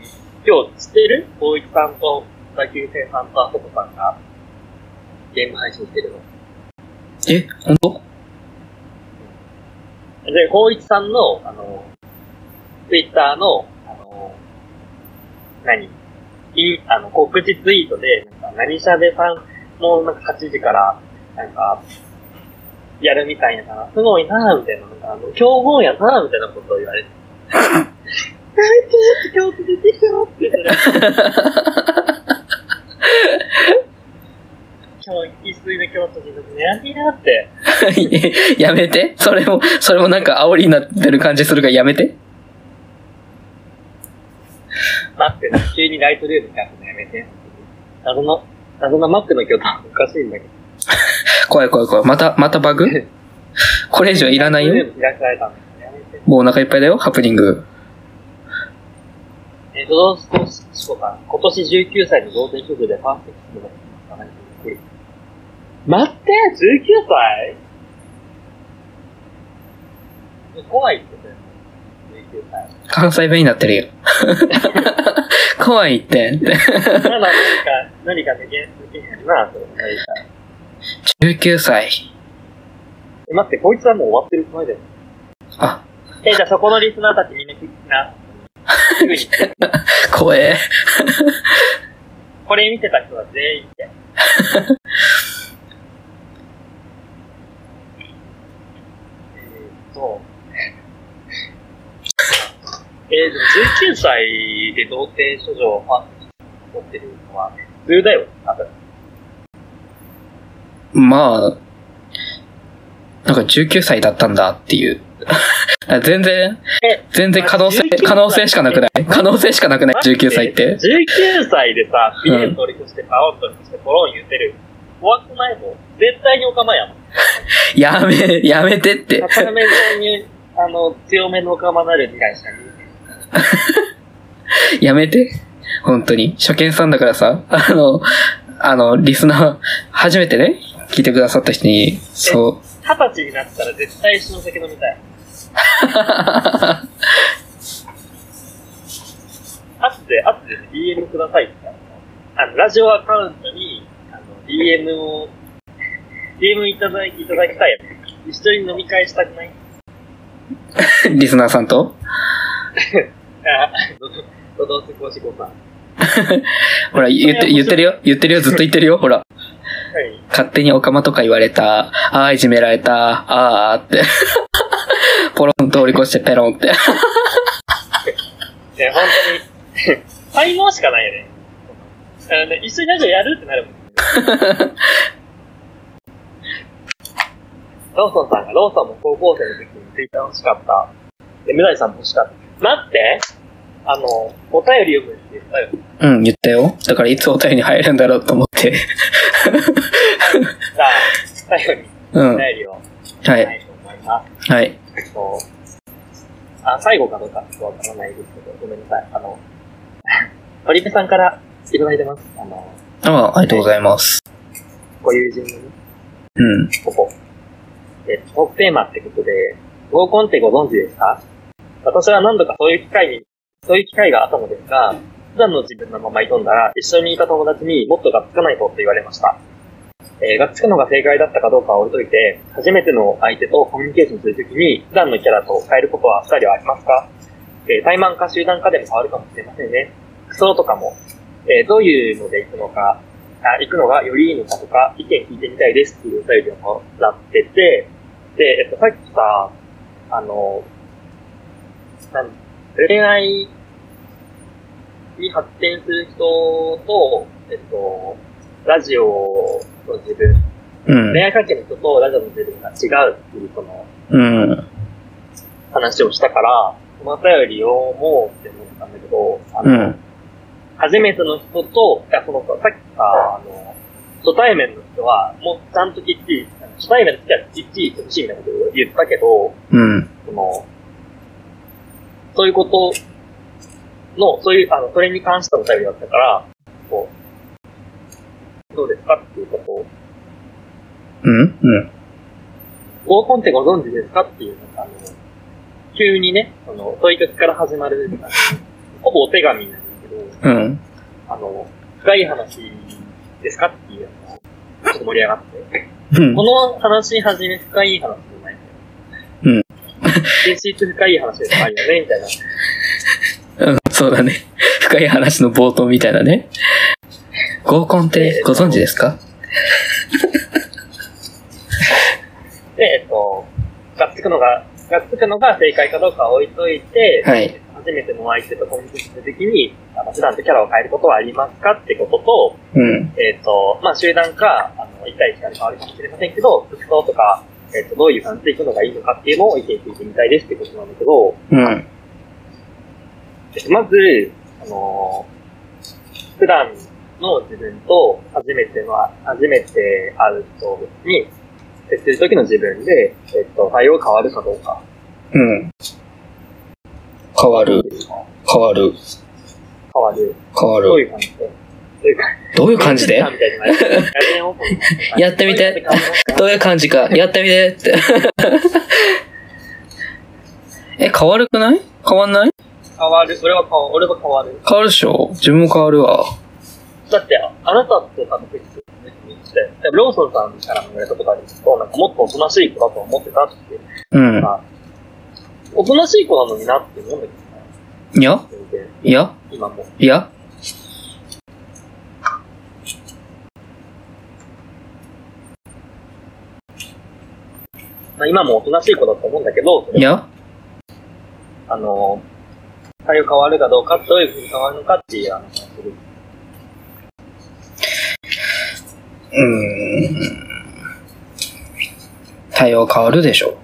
S2: 今日知ってる大一さんと北九星さんとあそこさんがゲーム配信してるの。
S1: え、本当
S2: で、光一さんの、あの、ツイッターの、あの、何いあの、告知ツイートで、なんか、何しゃべさんも、なんか8時から、なんか、やるみたいなから、すごいなぁ、みたいな、なんか、あの、競合やなぁ、みたいなことを言われて。なんか、ちょっと競合出てきたよって言って今日、一水の京都に、悩みだって。
S1: やめて。それも、それもなんか煽りになってる感じするからやめて。
S2: 待って、急にライトルーム開くのやめて。謎の、謎のマックの巨頭おかしいんだけど。
S1: 怖い怖い怖い。また、またバグこれ以上いらない
S2: ライ
S1: よ。
S2: トルーム開かれたのやめて。
S1: もうお腹いっぱいだよ、ハプニング。
S2: えー、ドドスコシコさん、今年19歳の同点曲でパーフェクトの話に来る。待って !19 歳怖いって言って19歳。
S1: 関西弁になってるよ。 怖いって。
S2: まだ何か、何か抜け、抜けへんな、それも何か。
S1: 19歳。
S2: え、待って、こいつはもう終わってるつもりだよ。
S1: あ、
S2: え、じゃあそこのリスナーたちみんな聞き な。すぐに
S1: 怖え。
S2: これ見てた人は全員で。えーっと。えー、でも19歳で童貞処女をパッと持ってるのは、普通だよ、多分。
S1: まあ、なんか19歳だったんだっていう。 全然、
S2: え、
S1: 全然可能性
S2: 19歳、
S1: 可能性しかなくない可能性しかなくない ?19 歳って。
S2: 19歳でさ、ピエン取り越して、パオン取り越して、ポロン言ってる。怖くないもん。絶対にお構いやもん。
S1: やめ、やめて って。
S2: 高めに、あの、強めのお構いになるぐらいしか見えない
S1: やめて。本当に。初見さんだからさ、あの、あの、リスナー、初めてね、聞いてくださった人に、そう、
S2: 二十歳になったら絶対一緒の酒飲みたい。 後で、後で DM くださいってあの、ラジオアカウントに、あの、DM を、DM いただいていただきたい。一緒に飲み会したくない
S1: リスナーさんと。
S2: あ、どどうせこうしこさん。は
S1: ほら、言って、言ってるよ。言ってるよ。ずっと言ってるよ。ほら。
S2: い。
S1: 勝手にオカマとか言われた。ああ、いじめられた。ああ、って。 ポロン通り越してペロンって。
S2: ね、本当に、才能しかないよね。あのね、一緒にラジオやるってなるもん。ローソンさんが、ローソンも高校生の時にツイッター欲しかった。で、メダリさんも欲しかった。待ってあの、お便り読むって言ったよ。
S1: うん、言ったよ。だからいつお便りに入るんだろうと思って。
S2: じゃあ、最後に
S1: う
S2: お
S1: ん。
S2: 便
S1: は
S2: りをした
S1: い。
S2: いと思います。
S1: はい。
S2: そうあ、最後かどうかちょっとわからないですけど、ごめんなさい。あの、鳥部さんからいただいてます。あの、
S1: ああ、ありがとうございます。
S2: ご友人のね、
S1: うん。
S2: ここ。えー、トークテーマってことで、合コンってご存知ですか私は何度かそういう機会に、そういう機会があったのですが、普段の自分のまま挑んだら、一緒にいた友達にもっとがっつかないとって言われました。えーがっつくのが正解だったかどうかは置いといて、初めての相手とコミュニケーションするときに、普段のキャラと変えることは二人はありますかえー、怠慢か集団かでも変わるかもしれませんね。服装とかも、えーどういうので行くのか、あ行くのがよりいいのかとか、意見聞いてみたいですっていうお便りをもらってて、で、えっと、さっきさ、あの、なん恋愛に発展する人と、えっと、ラジオの自分、
S1: うん
S2: 恋。愛関係の人とラジオの自分が違うっていうその
S1: うん。
S2: 話をしたから、このお便りをもうって思ったんだけど、あ
S1: う
S2: の、
S1: ん。
S2: 初めての人と、いや、そのさ、さっきさ、あの、初対面の人は、もうちゃんときっちり、あの初対面の人はきっちりしてほしいみたいなことを言ったけど、
S1: うん。
S2: その、そういうことの、そういう、あの、それに関してのお便りだったから、こう、どうですかっていうことを、
S1: うん。うん。
S2: 合コンってご存知ですかっていう、なんかあの、急にね、その、問いかけから始まる、あのほぼお手紙なんだけど、
S1: うん。
S2: あの、深い話ですかっていうのを、ちょっと盛り上がって。
S1: うん
S2: この話始め深い話じゃない。
S1: うん。
S2: 実質深い話ですかよね、みたいな。
S1: うん。そうだね。 深い話の冒頭みたいなね。合コンってご存知ですか
S2: で、えっと、がっつくのが、がっつくのが正解かどうかは置いといて、
S1: はい。
S2: 初めての相手とコミュニケーションするときに、あの普段とキャラを変えることはありますかってことと、
S1: うん。
S2: えっ、と、まあ、集団か、あの、一対一かで変わるかもしれませんけど、服装とか、えっ、と、どういう感じで行くのがいいのかっていうのを意見聞いてみたいですってことなんだけど、
S1: うん。
S2: えっとまず、あのー普段の自分と初めての、初めて会う人に接する時の自分で、えっと、対応変わるかどうか。
S1: うん。変わる。変わる。
S2: 変わる。
S1: 変わ
S2: どう
S1: る。
S2: いう感じでどういう感じ
S1: どういう感じで
S2: みたいなやり直す
S1: やってみて
S2: どういう感じですか
S1: どういう感じか、やってみて って。え、変わるくない変わんない
S2: 変わる。俺は変わる。俺は変わる。
S1: 変わるでしょ自分も変わるわ。
S2: だって、あなたとさ、僕に言ってたよでもローソンさんからも言われたことあるんですけど、なんかもっとおとなしい子だと思ってたって。
S1: うん。
S2: おとなしい子なのになって思うんだけどね。
S1: いや
S2: 全然。
S1: いや
S2: 今も。
S1: いや
S2: まあ、今もおとなしい子だと思うんだけど、それ
S1: いや
S2: あの、対応変わるかどうか、どういうふうに変わるのかっていう話をする。
S1: うーん。対応変わるでしょ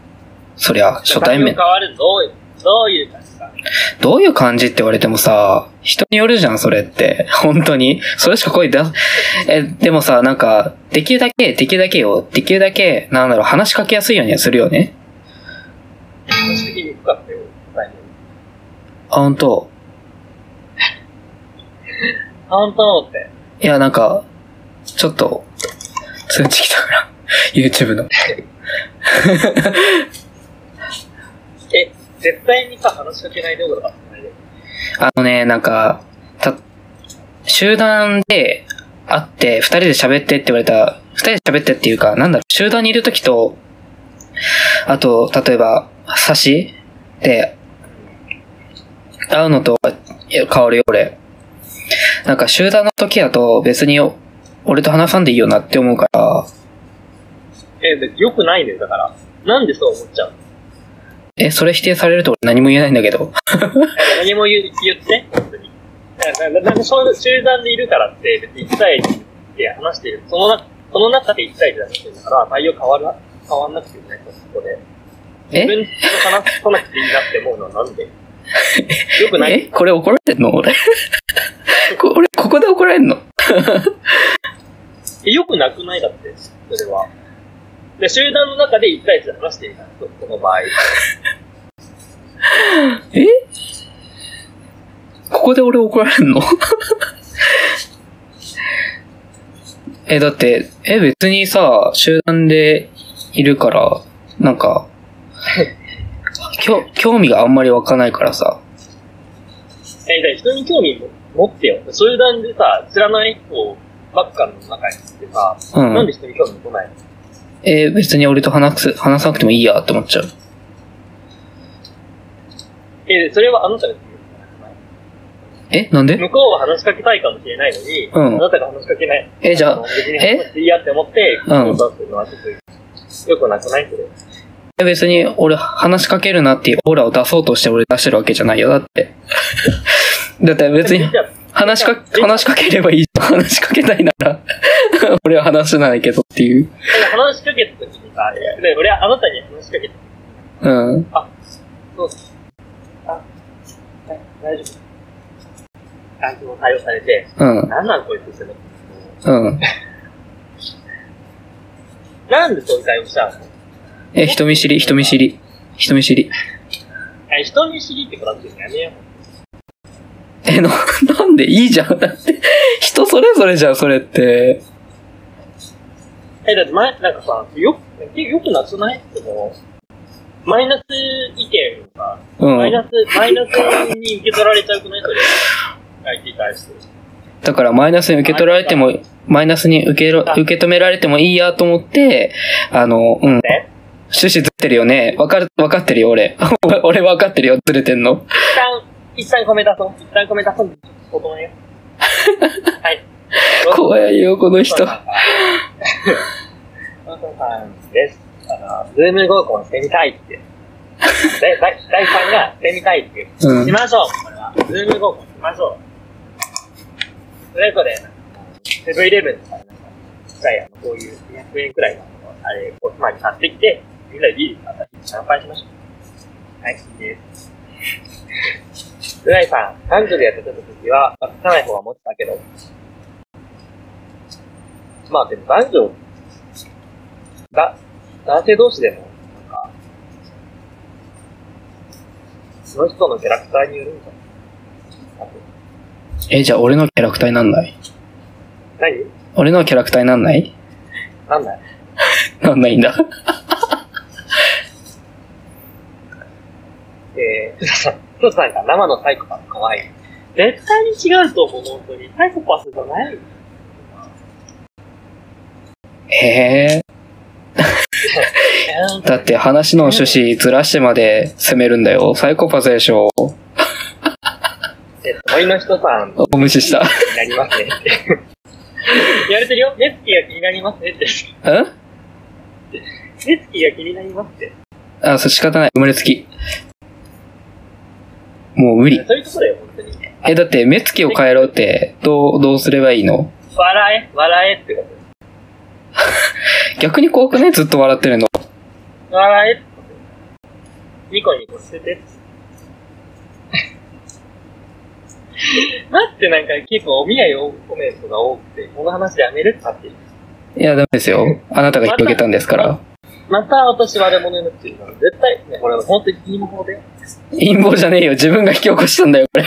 S1: そりゃ、初対面
S2: 対応。変わるどういう、どういう感じか。
S1: どういう感じって言われてもさ、人によるじゃん、それって。 本当に。それしか声出す。え、でもさ、なんか、できるだけ、できるだけよ。できるだけ、なんだろう、話しかけやすいようにはするよね。
S2: 私的に行くかったよ、対面。
S1: あ、ほんと。
S2: 本当って。
S1: いや、なんか、ちょっと、通知来たから、YouTube の。
S2: え、絶対にさ、話しかけない動画とかってないで。
S1: あのね、なんか、た、集団で会って、二人で喋ってって言われた、二人で喋ってっていうか、なんだろう、集団にいるときと、あと、例えば、差しで、会うのとはえ変わるよ、俺。なんか集団の時だと別にお俺と話さんでいいよなって思うから、
S2: え、でよくないね、だから。なんでそう思っちゃうの
S1: え、それ否定されると俺何も言えないんだけど。
S2: 何も言う言って、別に。なななんかそういう集団でいるからって、別に1対1で話してる。その中その中で1対1で話してるんだから、対応変わら変わんなくていいね、そこで。
S1: え
S2: 自分と話さなくていいなって思うのは なんでよくない
S1: えこれ怒られてんの俺。 こ俺、ここで怒られんの
S2: えよくなくないだって、それは。で、集団の中で1対1で話してるから、そその場合。
S1: えここで俺怒られんの え、だって、え、別にさ、集団でいるから、なんか、きょ興味があんまり湧かないからさ。
S2: え、だから人に興味も持ってよ。集団でさ、知らない人ばっかの中にいてさ、
S1: う
S2: なん
S1: ん。
S2: で人に興味持たないの
S1: え、別に俺と話す、話さなくてもいいやって思っちゃう。
S2: え、それはあなたが言うことじゃない
S1: え、なんで
S2: 向こうは話しかけたいかもしれないのに、
S1: うん
S2: あなたが話しかけない。
S1: え、じゃ
S2: あの
S1: あ、
S2: 別に話していいやって思って、
S1: うん
S2: そうだっていうのはちょっと、よくなくないけど。
S1: え別に俺話しかけるなっていうオーラを出そうとして俺出してるわけじゃないよ。だって。 だって別に。
S2: じゃあ
S1: 話しか、話しかければいいじゃん。話しかけないなら、 俺は話せないけどっていう。
S2: 話しかけた時にさ、いやで俺はあなたに話しかけた。
S1: うん。
S2: そうです。あ、はい大丈夫。あ、でも対応されて、
S1: うん。
S2: なんなんこいつって思っ
S1: うん。
S2: て。なんでそういう対応しちゃうの
S1: え、人見知り、人見知り。人見知り。
S2: え人見知りってことだってやめよう。
S1: え、な、なんでいいじゃん。だって、人それぞれじゃん、それって。
S2: え、だって前、なんかさ、よく、よくなくないってもう、マイナス意見をさ、
S1: う
S2: マイ
S1: ん。
S2: ナス、マイナスに受け取られちゃうくないそれ。相手に対して。
S1: だからマイナスに受け取られても、マイナスに受けろ、受け止められてもいいやと思って、あの、うん。趣旨ずれてるよね。わかる、わかってるよ、俺。 俺わかってるよ、ずれてんの。
S2: 一旦、一旦コメ出そう。一旦コメ出そう。整えよう。はい。
S1: 怖いよ、この 人。
S2: マトさんです。あの、ズーム合コンしてみたいって。で、だい第3がしてみたいって。
S1: うん
S2: しましょうこれは。ズーム合コンしましょう。それぞれ、セブンイレブンとかなんか、一回あの、こういう200円くらいの、あれ、おつまみ買ってきて、みんなでビール買って乾杯しましょう。はい、いいです。うらいさん、男女でやってた時は、まあつかない方が持ってたけど、まあでも男女、だ、男性同士でも、なんか、その人のキャラクターによるんじゃないあと
S1: え、じゃあ俺のキャラクターになんない
S2: 何
S1: 俺のキャラクターになんない
S2: なんだよ。
S1: なんないんだ。
S2: えー、ふさふささんが生のサイコパス可愛い。絶対に違うと思う、本当に。サイコパスじゃない。
S1: へえ。だって話の趣旨ずらしてまで攻めるんだよ。サイコパスでしょ。
S2: えー、森の人さん、
S1: お無視した。
S2: 気になり ますねって。言われてるよ。目つきが気になりますねって。
S1: ん
S2: 目つきが気になりますって。
S1: あ、そう仕方ない。生まれつき。もう無理。
S2: そういうところよ、本当に。
S1: え、だって目つきを変えろって、どう、どうすればいいの
S2: 笑え、笑えってこと。
S1: 逆に怖くないずっと笑ってるの。
S2: 笑えニコニコしてて。 待ってなんか結構お見合いをコメントが多くて、この話やめるってなってる。
S1: いや、ダメですよ。あなたが引き受けたんですから。
S2: また私悪者になってるから、絶対、ね、これは本当に陰謀だよ。
S1: 陰謀じゃねえよ。自分が引き起こしたんだよ、これ。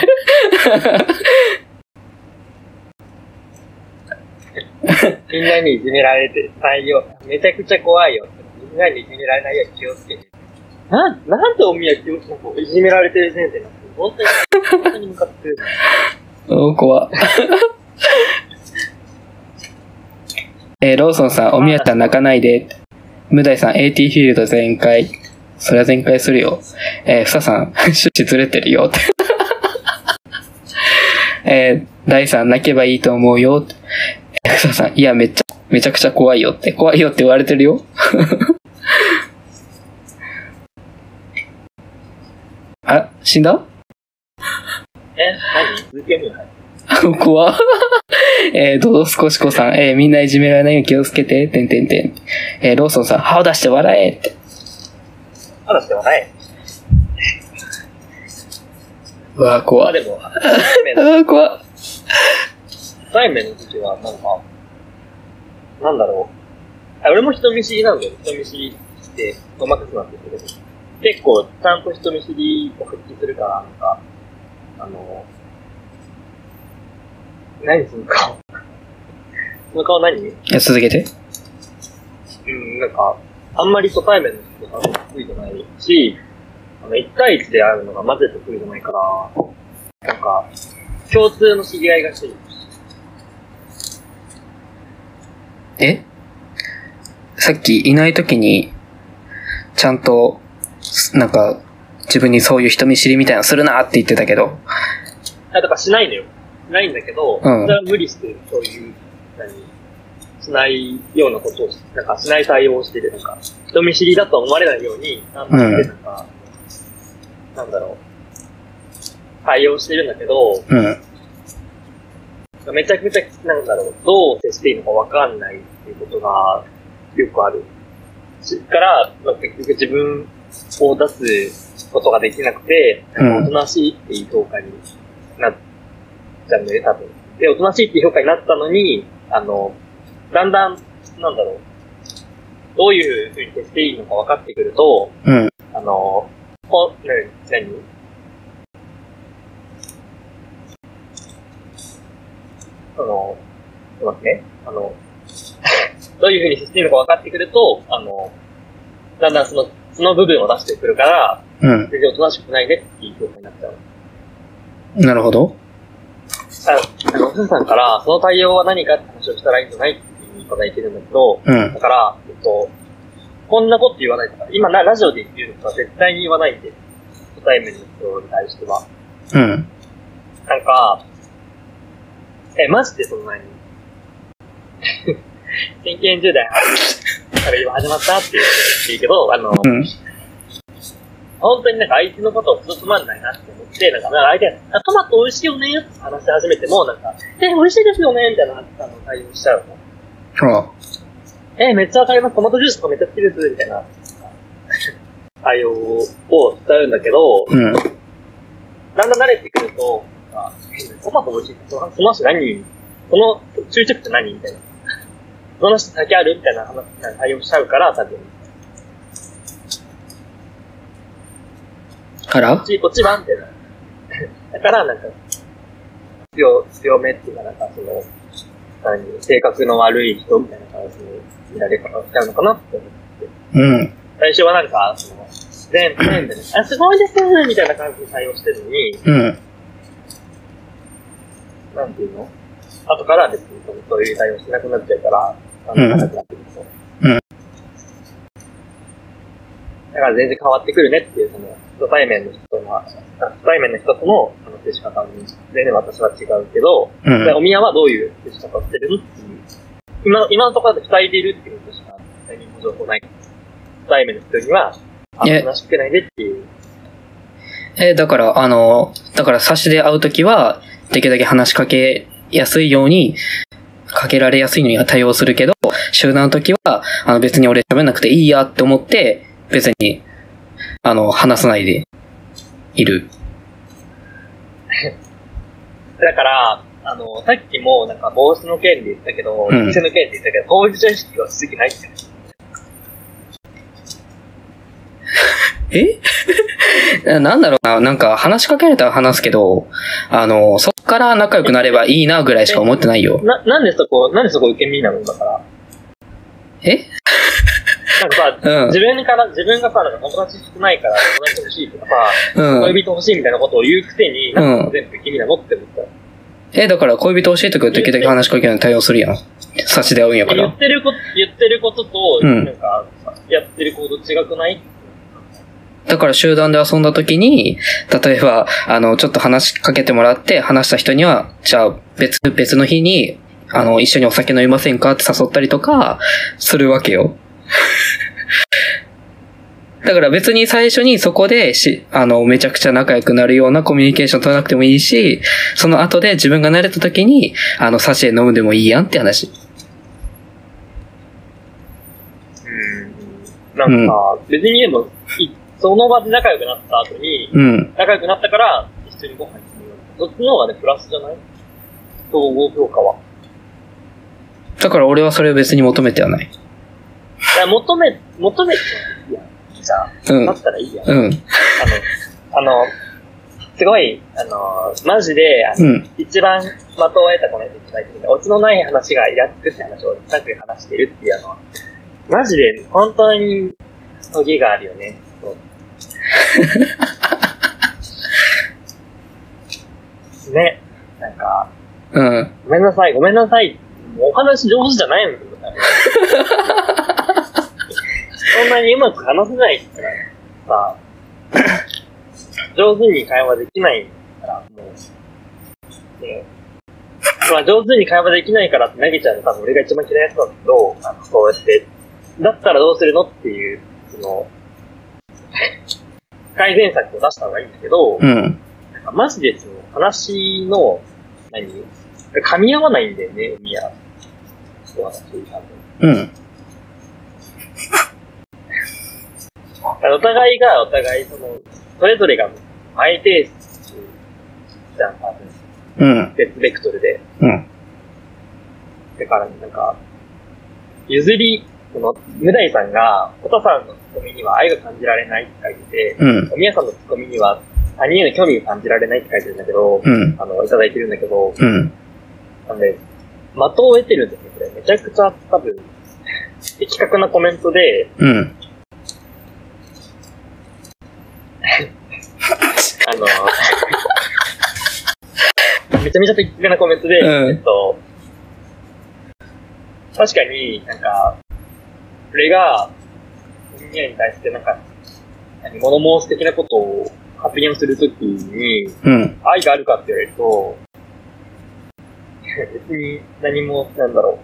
S2: みんなにいじめられてないよ。めちゃくちゃ怖いよ。みんなにいじめられないように気をつけて。なん、なんでおみや気をつけて、いじめられてる先生なんて、本当に、本当にムカつく。
S1: お怖えーローソンさん、おみやちゃん泣かないで。ムダイさん、AT フィールド全開。そりゃ全開するよ。えー、ふささん、 趣旨ずれてるよ。 えー、ダイさん、泣けばいいと思うよ。えーふささん、いや、めっちゃ、めちゃくちゃ怖いよって、怖いよって言われてるよ。 あ、死んだ
S2: え、何続けるの
S1: 怖えー、ドドスコシコさん、えー、みんないじめられないように気をつけて、てんてんてん。えー、ローソンさん、歯を出して笑えって。
S2: まだしては ない。
S1: うわー
S2: まあ
S1: 怖
S2: で
S1: い。
S2: も、初
S1: あ
S2: 対面の
S1: ー怖い。
S2: 初対面の時は、なんか、なんだろう。あ俺も人見知りなんだよ。人見知りって、ごまかすなんですけど、結構、ちゃんと人見知りを復帰するから、なんか、あの、何その顔。その顔何
S1: いや続けて。
S2: うん、なんか、あんまり初対面の人と話すの得意じゃないし、あの、一対一で会うのがまず得意じゃないから、なんか、共通の知り合いがしてる。
S1: えさっきいないときに、ちゃんと、すなんか、自分にそういう人見知りみたいなのするなって言ってたけど。
S2: あ、だからしないのよ。しないんだけど、それは無理して、そういう、何、しないようなことをし、なんかしない対応をしてる。なんか、人見知りだとは思われないように、なんか、
S1: うん
S2: なんか、なんだろう、対応してるんだけど、
S1: うん。
S2: めちゃくちゃ、なんだろう、どう接していいのかわかんないっていうことがよくある。しから、まあ結局自分を出すことができなくて、
S1: うん
S2: おとなしいっていう評価になっちゃうんだよね、多分。で、おとなしいっていう評価になったのに、あの、だんだん、なんだろう、どういうふうに接していいのか分かってくると、
S1: うん。
S2: あの、こな何その、ちょっと待ってね。あの、 どういうふうに接しているのか分かってくると、あの、だんだんその、その部分を出してくるから、
S1: うん。
S2: 全然おとなしくないねっていう評価になっちゃう。
S1: なるほど。
S2: あ、あの、お父さんから、その対応は何かって話をしたらいいんじゃないっていうふうにいただいてるんだけど、
S1: うん。
S2: だから、えっと、こんなこと言わないとか、今なラジオで言うのは絶対に言わないんで、初対面の人に対しては。
S1: うん。
S2: なんか、え、マジでそんなに。 真剣10代、から今始まったっていう言うけど、あの、
S1: うん。
S2: 本当になんか相手のことをつまんないなって思って、なんか、なんか相手が、あトマト美味しいよねって話し始めても、なんか、え、美味しいですよねみたいなあの対応しちゃうの。
S1: あ
S2: え、めっちゃわかります。トマトジュースとかめっちゃ好きです。みたいな、対応をしちゃうんだけど、
S1: うん。
S2: だんだん慣れてくると、あトマト美味しい。そのその人何その注着って何みたいな。その人先あるみたいな話、対応しちゃうから、多分。こ
S1: から
S2: っち、こっちはみたいな。だから、なんか、強、強めっていうか、なんかその、何性格の悪い人みたいな感じに見られ方をしちゃうのかなって思う
S1: うん。
S2: 最初はなんか、その、全部、全部、あ、すごいですみたいな感じで対応してるのに、
S1: うん。
S2: なんていうの後から別にそのそういう対応しなくなっちゃうから、あの、
S1: うん
S2: なくなってくると。
S1: うん
S2: だから全然変わってくるねっていう、その、初対面の人との、初対面の人との、あの、接し方に、全然私は違うけど、
S1: う
S2: でお
S1: ん。
S2: 宮はどういう接し方をしてるのっていう。今の、今のところで二人でいるっていうことしか、何も情報ない。初対面の人には、あ、
S1: え
S2: 話しくないねっていう。
S1: えーだから、あの、だから、差しで会うときは、できるだけ話しかけやすいように、かけられやすいのには対応するけど、集団のときは、あの、別に俺喋んなくていいやって思って、別に、あの、話さないで、いる。
S2: だから、あの、さっきも、なんか、帽子の件で言ったけど、
S1: うん
S2: 店の件で言ったけど、当事者意識がすぎないって。
S1: えなんだろうな、なんか話しかけられたら話すけど、あの、そっから仲良くなればいいなぐらいしか思ってないよ。
S2: な、なんでそこ、なんでそこ受け身なのだから。
S1: え
S2: なんかさ、
S1: うん
S2: 自。分から、自分がさ、なんか友達少ないから友達欲しいとかさ、
S1: うん。
S2: 恋人欲しいみたいなことを言うくせに、
S1: うん
S2: なんか全部君なのって思った。
S1: え、だから恋人教えてくれと時々話しかけるのに対応するやん。差し出会うんやか
S2: 言
S1: ら
S2: っ。てること、言ってることと、
S1: うん
S2: なんか、やってること違くない
S1: だから集団で遊んだ時に、例えば、あの、ちょっと話しかけてもらって、話した人には、じゃあ別、別の日に、あの、一緒にお酒飲みませんかって誘ったりとか、するわけよ。 だから別に最初にそこでし、あの、めちゃくちゃ仲良くなるようなコミュニケーション取らなくてもいいし、その後で自分が慣れた時に、あの、サシエ飲むでもいいやんって話。
S2: うん。なんか、別に言えば、いその場で仲良くなった後に、
S1: うん。
S2: 仲良くなったから、一緒にご飯行ってみよう。そっちの方がね、プラスじゃない統合評価は。
S1: だから俺はそれを別に求めてはない。
S2: いや、求め、求めてはいいやん。じゃあ、
S1: うん
S2: だ。ったらいいやん。あ
S1: うん。
S2: の、あの、すごい、あの、マジで、あの
S1: うん。
S2: 一番的を得たこの人ただいてオチのない話がイラつくって話をなく話してるっていうのは、マジで本当にトゲがあるよね。 そうね、なんか、
S1: うん。
S2: ごめんなさい、ごめんなさい。もうお話上手じゃないのそんなにうまく話せないからさ、上手に会話できないから、もう。ねまあ、上手に会話できないからって投げちゃうの多分俺が一番嫌いなやつなんだけど、あのそうやって、だったらどうするのっていう、その、改善策を出した方がいいんだけど、
S1: うん。
S2: マジでその話の、何噛み合わないんだよね、海や。そうなんですよ多分
S1: うん。
S2: だからお互いが、お互い、その、それぞれが相手じゃん、多
S1: う
S2: 分
S1: ん。
S2: 別ベクトルで。
S1: うん。
S2: だから、なんか、譲り、その、無題さんが、コタさんのツッコミには愛が感じられないって書いてて、
S1: うん。
S2: おみやさんのツッコミには他人への興味が感じられないって書いてるんだけど、
S1: うん。
S2: あの、いただいてるんだけど、
S1: うん。
S2: なんで、的を得てるんですね、これ。めちゃくちゃ多分、的確なコメントで、
S1: うん。
S2: あの、 めちゃめちゃ的確なコメントで、
S1: うん
S2: えっと、確かになんか、これが、人間に対してなんか、何物申す的なことを発言するときに、
S1: うん。
S2: 愛があるかって言われると、別に何も、なんだろう。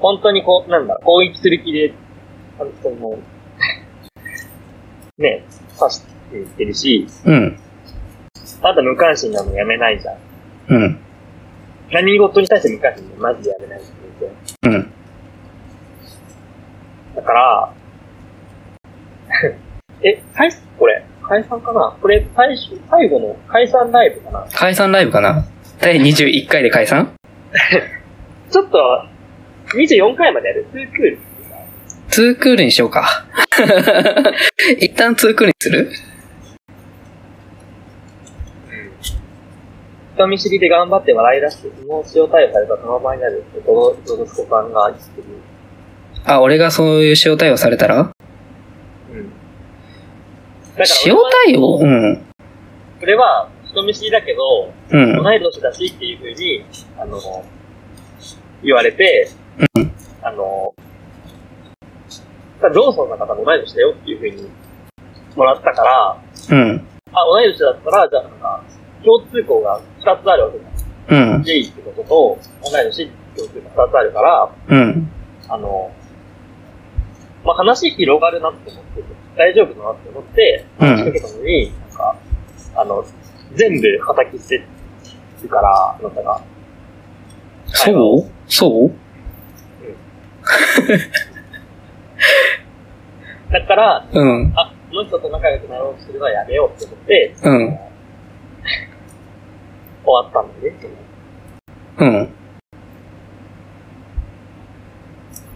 S2: 本当にこう、なんだろう、攻撃する気で、あのその、ね、刺していってるし、
S1: うん。
S2: あと無関心なのやめないじゃん。
S1: うん。
S2: 何事に対して無関心なのマジでやめないじゃん全然。
S1: うん。
S2: だから、 え、解散これ、解散かなこれ、最終、最後の解散ライブかな
S1: 解散ライブかな第21回で解散
S2: ちょっと、24回までやる。ツークール。
S1: ツークールにしようか。一旦ツークールにする
S2: 人見知りで頑張って笑い出して、気持ちを逮捕されたその場になるって、ドドドスコさんが言ってる。
S1: あ、俺がそういう塩対応されたら
S2: うん。だから
S1: 塩対応うん。
S2: これは、人見知りだけど、
S1: うん。
S2: 同い年だしっていうふうに、あの、言われて、
S1: うん
S2: あの、ローソンの方も同い年だよっていうふうにもらったから、
S1: うん。
S2: あ、同い年だったら、じゃあなんか、共通項が2つあるわけだ。
S1: うん。
S2: J ってことと、同い年共通項が2つあるから、
S1: うん。
S2: あの、まあ、話広がるなって思って、大丈夫だなって思って、
S1: うん
S2: 話しかけたのに、なんか、あの、全部叩き捨てるから、あなたが。
S1: そうそう
S2: だから、
S1: うん。
S2: あ、この人と仲良くなろうとするのはやめようって思って、
S1: うん。
S2: 終わったんだよね。
S1: うん。
S2: うん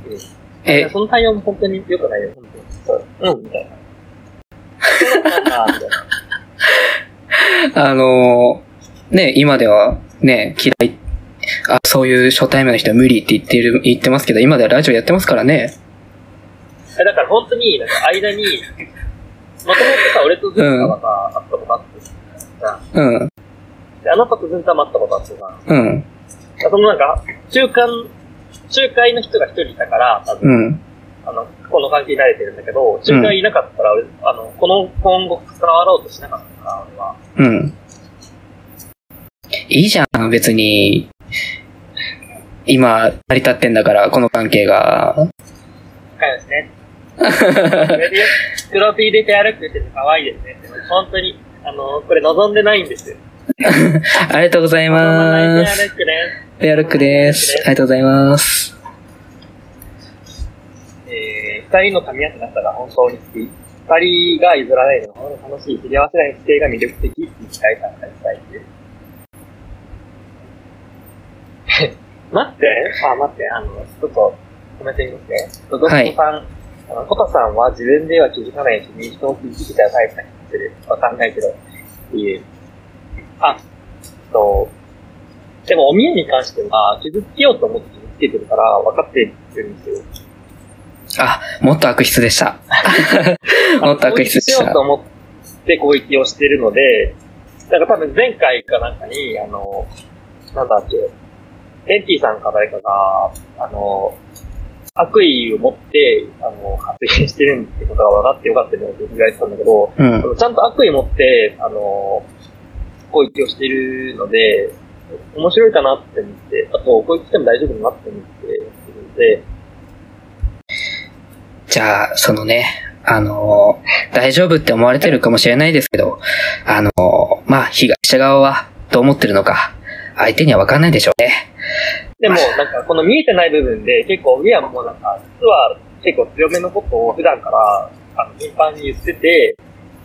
S2: いや
S1: え、
S2: その対応も本当に良くないよ、本当に。そう。うん、みた いな。そうなんだ、みたいな。
S1: あのーね、今では、ね、嫌い、あ、そういう初対面の人は無理って言ってる、言ってますけど、今ではラジオやってますからね。
S2: えだから本当に、なんか間に、もともとさ、俺とズンタはさ、会ったことあってさ、
S1: うん、
S2: であなたとズンタも会ったことあってさ、
S1: うん、
S2: そのなんか、中間、仲介の人が一人いたから、多分
S1: うん、
S2: あの、この関係に慣れてるんだけど、仲介いなかったら、俺、あの、この今後関わろうとしなかったから、俺
S1: う
S2: は。
S1: ん。いいじゃん、別に。今、成り立ってんだから、この関係が。
S2: 深いで すね。それで、黒 T で手歩くって可愛いですね。でも本当に、あの、これ望んでないんです。
S1: ありがとうござい
S2: 望ん
S1: ま
S2: でない手
S1: す。
S2: 歩くね。
S1: ペアルックです。ありがとうございます。
S2: えー、二人の噛み合ってなったら本当に好き。二人が譲らないのが本当に楽しい。知り合わせない姿勢が魅力的って言いたい参加したいっていう。 待って、あ、待って、あの、ちょっと、止めてみますね。ドドッコさん、あの、コタさんは自分では気づかないし、人を気づいたら大した気がする。わかんないけど、っていう。あ、と、でもおみえに関しては、傷つけようと思って傷つけてるから、分かってるんですよ。
S1: あ、もっと悪質でした。もっと悪質で
S2: しよ
S1: し
S2: う
S1: た
S2: と。思って攻撃をしてるので、なんか多分前回かなんかに、あの、なんだっけ、エンティさんか誰かが、あの、悪意を持って、あの、発言してるってことが分かってよかったよって言われてたんだけど、
S1: うん、
S2: ちゃんと悪意持って、あの、攻撃をしてるので、面白いかなって思って、あと攻撃しても大丈夫かなって思ってるので、
S1: じゃあ、そのね、あのー大丈夫って思われてるかもしれないですけど、あのーまあ、被害者側はどう思ってるのか、相手にはわかんないでしょうね。
S2: でも、なんか、この見えてない部分で、結構、ウィアンもなんか、実は結構強めのことを普段から、あの、頻繁に言ってて、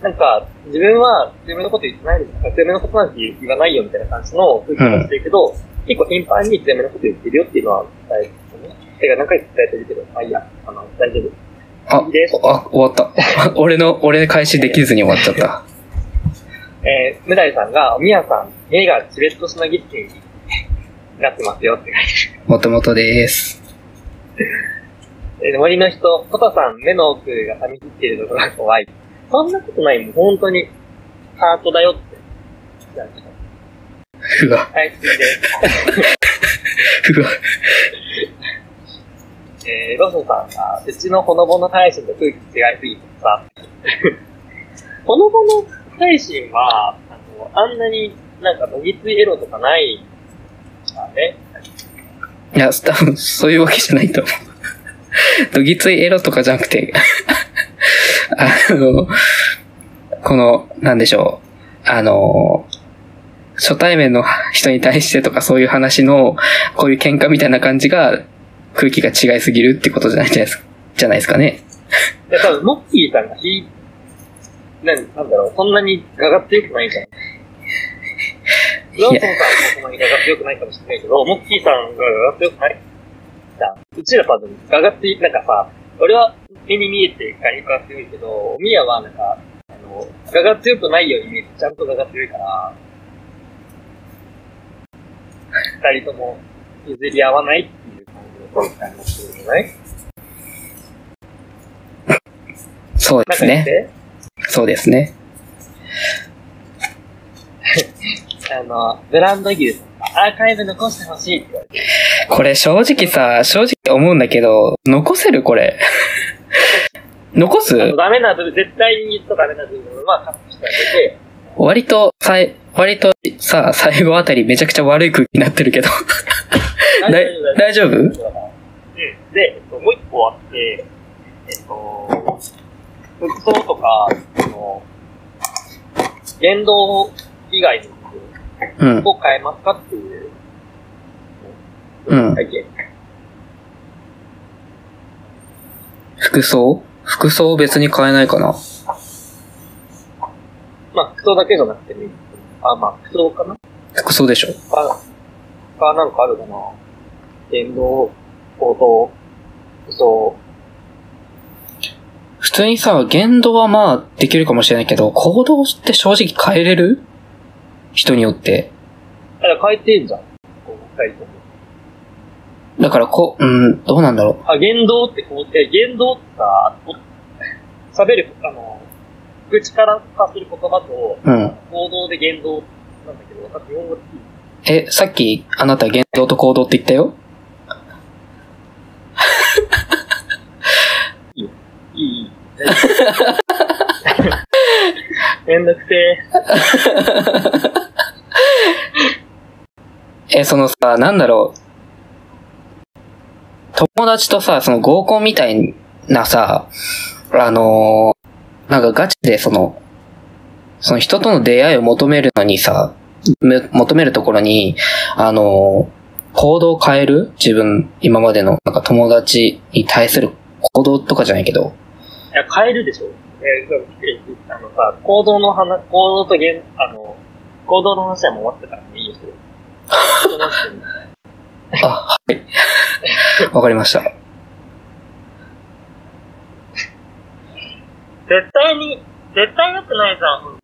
S2: なんか、自分は強めのこと言ってないですから、強めのことなんて言わないよみたいな感じの空気をしてるけど、結構頻繁に強めのこと言ってるよっていうのは伝えてるね。てか、何回か伝えてるけど、まあいいや、あの、大丈夫。
S1: あ、
S2: いいです
S1: あ、終わった。 俺の、俺開始できずに終わっちゃった。
S2: えー、ムダイさんが、ミヤさん、目がチベットスナギッティになってますよって
S1: もともとです。
S2: えー森の人、コタさん、目の奥が噛み切っているところが怖い。そんなことないもん、本当に。ハートだよって。
S1: ふわ、
S2: はい、続い
S1: ふわ。
S2: て、えー、ロソさんが、うちのほのぼの配信と空気違いすぎてさ。 ほのぼの配信は、あの、あんなになんか、のぎついエロとかないからね。
S1: いや、多分、そういうわけじゃないと思う。 どぎついエロとかじゃなくて、 あの、この、なんでしょう。あの、初対面の人に対してとかそういう話の、こういう喧嘩みたいな感じが、空気が違いすぎるってことじゃないじゃないですか。じゃないですかね。
S2: で、多分、モッキーさんがひ、なんなんだろう、そんなにガガってよくないじゃん。ローソンさんもそんなにガガってよくないかもしれないけど、モッキーさんがガガってよくないじゃん。うちら多分、ガガって、なんかさ、俺は目に見えてガリガ強いけど、ミヤはなんか、あの、ガガ強くないように見えて、ちゃんとガガ強いから、二人とも譲り合わないっていう感じの今回の人じゃない
S1: そうで
S2: なん
S1: す
S2: か言
S1: ね。
S2: って。
S1: そうですね。
S2: あの、ブランド牛アーカイブ残してほしいって言われて、
S1: これ正直さ、正直思うんだけど、残せるこれ。 残す
S2: あのダメな部分、絶対に言っとダメな部分はカットしてあげて、
S1: 割と、さい、割とさ、最後あたりめちゃくちゃ悪い空気になってるけど。だい大丈夫
S2: うん。で、えっと、もう一個あって、えっと、服装とか、その、言動以外の部
S1: うん
S2: 分。を変えますかっていう、
S1: うん
S2: 体験。
S1: 服装服装別に変えないかな。
S2: まあ、服装だけじゃなくてもいい。あ、まあ、服装かな
S1: 服装でしょ
S2: 他、他なんかあるかな言動、行動、服装、
S1: 普通にさ、言動はまあできるかもしれないけど、行動って正直変えれる人によって。
S2: あれ、変えてんじゃん。こう、二人とも。
S1: だからこ、うん、どうなんだろ
S2: あ、言動ってこう、え、言動ってさ、お喋る、あの、口から発する言葉と、
S1: う。うん。
S2: 行動で言動なんだけど、なんか日本語でいい
S1: え、さっき、あなた言動と行動って言ったよ
S2: いい。めんどくせえ。
S1: え、そのさ、なんだろう。友達とさ、その合コンみたいなさ、あのーなんかガチでその、その人との出会いを求めるのにさ、め求めるところに、あのー行動を変える自分、今までの、なんか友達に対する行動とかじゃないけど。
S2: いや、変えるでしょ。えーそうえーあのさ、行動の話、行動と言、あの、行動の話はもう終わったからね、いいですよ。その人に
S1: あ、はい。わかりました。
S2: 絶対に、絶対良くないじゃん、本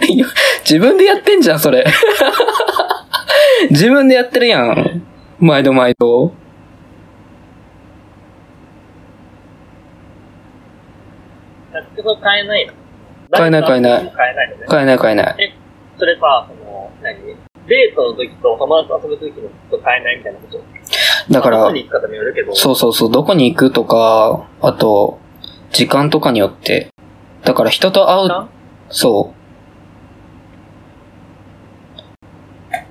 S2: 当に。
S1: いや自分でやってんじゃん、それ。 自分でやってるやん。毎度毎度。
S2: 約束変えないの
S1: 変えない変えない
S2: 誰と遊んでも変えないのね。
S1: 買えない買えない。
S2: それさ、その、何デートの時と友達と遊ぶ時の服変えないみたいなこと。
S1: だか
S2: どこ
S1: ら、
S2: に行くかでもよるけど。
S1: そうそうそう、どこに行くとか、あと、時間とかによって。だから人と会う、
S2: 時間
S1: そ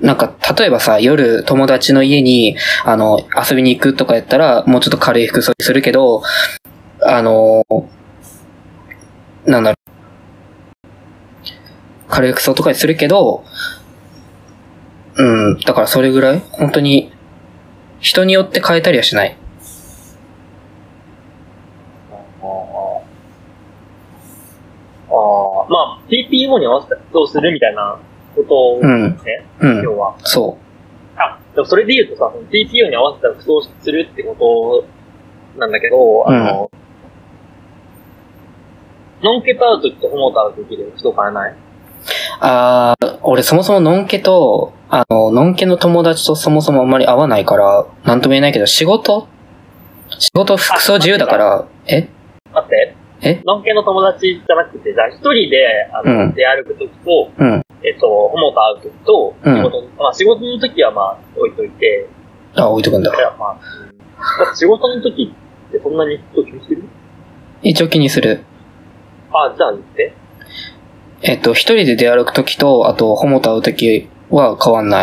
S1: う。なんか、例えばさ、夜友達の家に、あの、遊びに行くとかやったら、もうちょっと軽い服装にするけど、あの、なんだろう。軽い服装とかにするけど、うん、だからそれぐらい本当に、人によって変えたりはしない。
S2: ああ。ああ。まあ、TPO に合わせたらどうするみたいなことを
S1: う
S2: ね、
S1: ん、う
S2: 今日
S1: ん、
S2: は。
S1: そ。
S2: あ、でもそれで言うとさ、その TPO に合わせたら服装するってことなんだけど、あの、ノンケと会う時とホモと会う時で服装変えないう
S1: あー、俺そもそものんけと、あの、のんけの友達とそもそもあんまり会わないから、なんとも言えないけど、仕事仕事服装自由だから、え
S2: 待って。
S1: え
S2: ノンケの友達じゃなくて、じゃあ一人で、あの、
S1: うん
S2: 出歩くときと、
S1: うん。
S2: えっと、ホモと会うときと、
S1: うん
S2: 仕事の、まあ仕事のときはまあ置いといて、
S1: あ、置いとくんだ
S2: だか。らまあ、うんだって仕事のときってそんなに服気にしてる
S1: 一応気にする。
S2: あ、じゃあ言って。
S1: えっと、一人で出歩くときと、あと、ホモと会うときは変わんな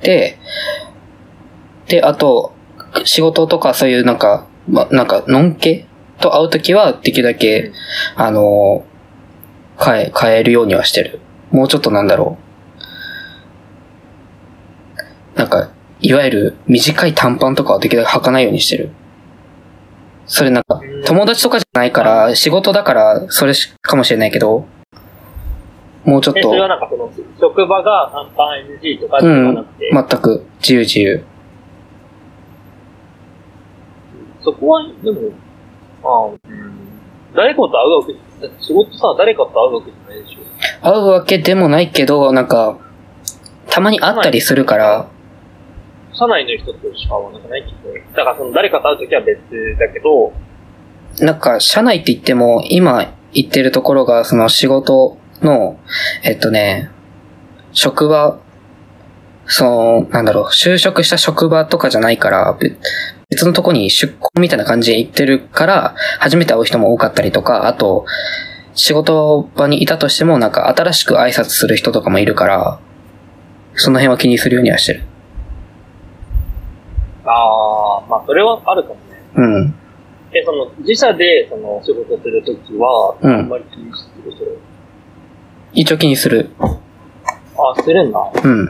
S1: い。で、で、あと、仕事とかそういうなんか、ま、なんか、のんけと会うときは、できるだけ、あの、変え、変えるようにはしてる。もうちょっとなんだろう。なんか、いわゆる短い短パンとかはできるだけ履かないようにしてる。それなんか、友達とかじゃないから、仕事だから、それしかもしれないけど、もうちょっ
S2: え、
S1: と
S2: それ、はなんかその、職場が短パン NG とかではなくて、
S1: 全く、自由自由。
S2: そこは、でも、あうん、誰かと会うわけ、だって仕事さ、誰かと会うわけじゃないでしょ。
S1: 会うわけでもないけど、なんか、たまに会ったりするから、
S2: 社内の人としか会わなくないけど、だからその誰かと会うときは別だけど、
S1: なんか、社内って言っても、今行ってるところが、その仕事の、えっとね、職場、その、なんだろう、就職した職場とかじゃないから、べ別のとこに出向みたいな感じで行ってるから、初めて会う人も多かったりとか、あと、仕事場にいたとしても、なんか新しく挨拶する人とかもいるから、その辺は気にするようにはしてる。
S2: ああ、まあそれはあるかもね。
S1: うん。
S2: え、その、自社で、その、仕事するときは、
S1: うん
S2: あんまり気にしてるそれ。
S1: 一応気にする。
S2: あ、するんだ。
S1: うん。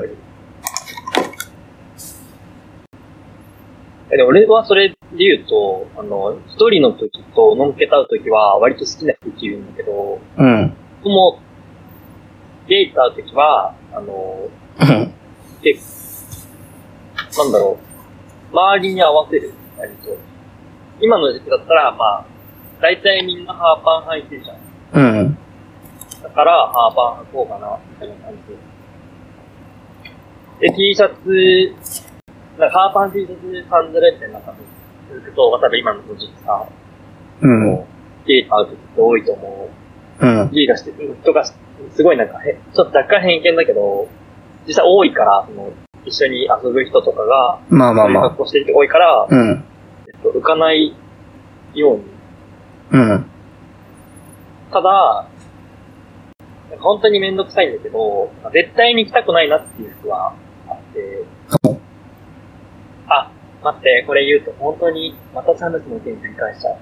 S2: え、でも俺はそれで言うと、あの、一人のときと、のんけたうときは、割と好きな服着るんだけど、
S1: うん。
S2: でも、ゲイと会うときは、あの、
S1: うん。
S2: で、なんだろう、周りに合わせる、割と。今の時期だったら、まあ、大体みんなハーパン履いてるじゃん。
S1: うん。
S2: だから、ハーパン履こうかな、みたいな感じ。で、T シャツ、なんかハーパン T シャツ、サンダルみたいな感じで、服装が多分今の時期さ、
S1: うん。
S2: ゲイ買う時って多いと思
S1: うん
S2: う。。ゲイがして、とか、すごいなんかへ、ちょっと若干偏見だけど、実際多いから、その、一緒に遊ぶ人とかが、
S1: まあま
S2: そ
S1: あ
S2: ういう
S1: まあ
S2: 格。好してる人多いから、
S1: うん。
S2: えっと、浮かないように。
S1: うん。
S2: ただ、なんか本当にめんどくさいんだけど、絶対に行きたくないなっていう服はあって、あ、待って、これ言うと本当にまたサンダルの件繰り返しちゃう。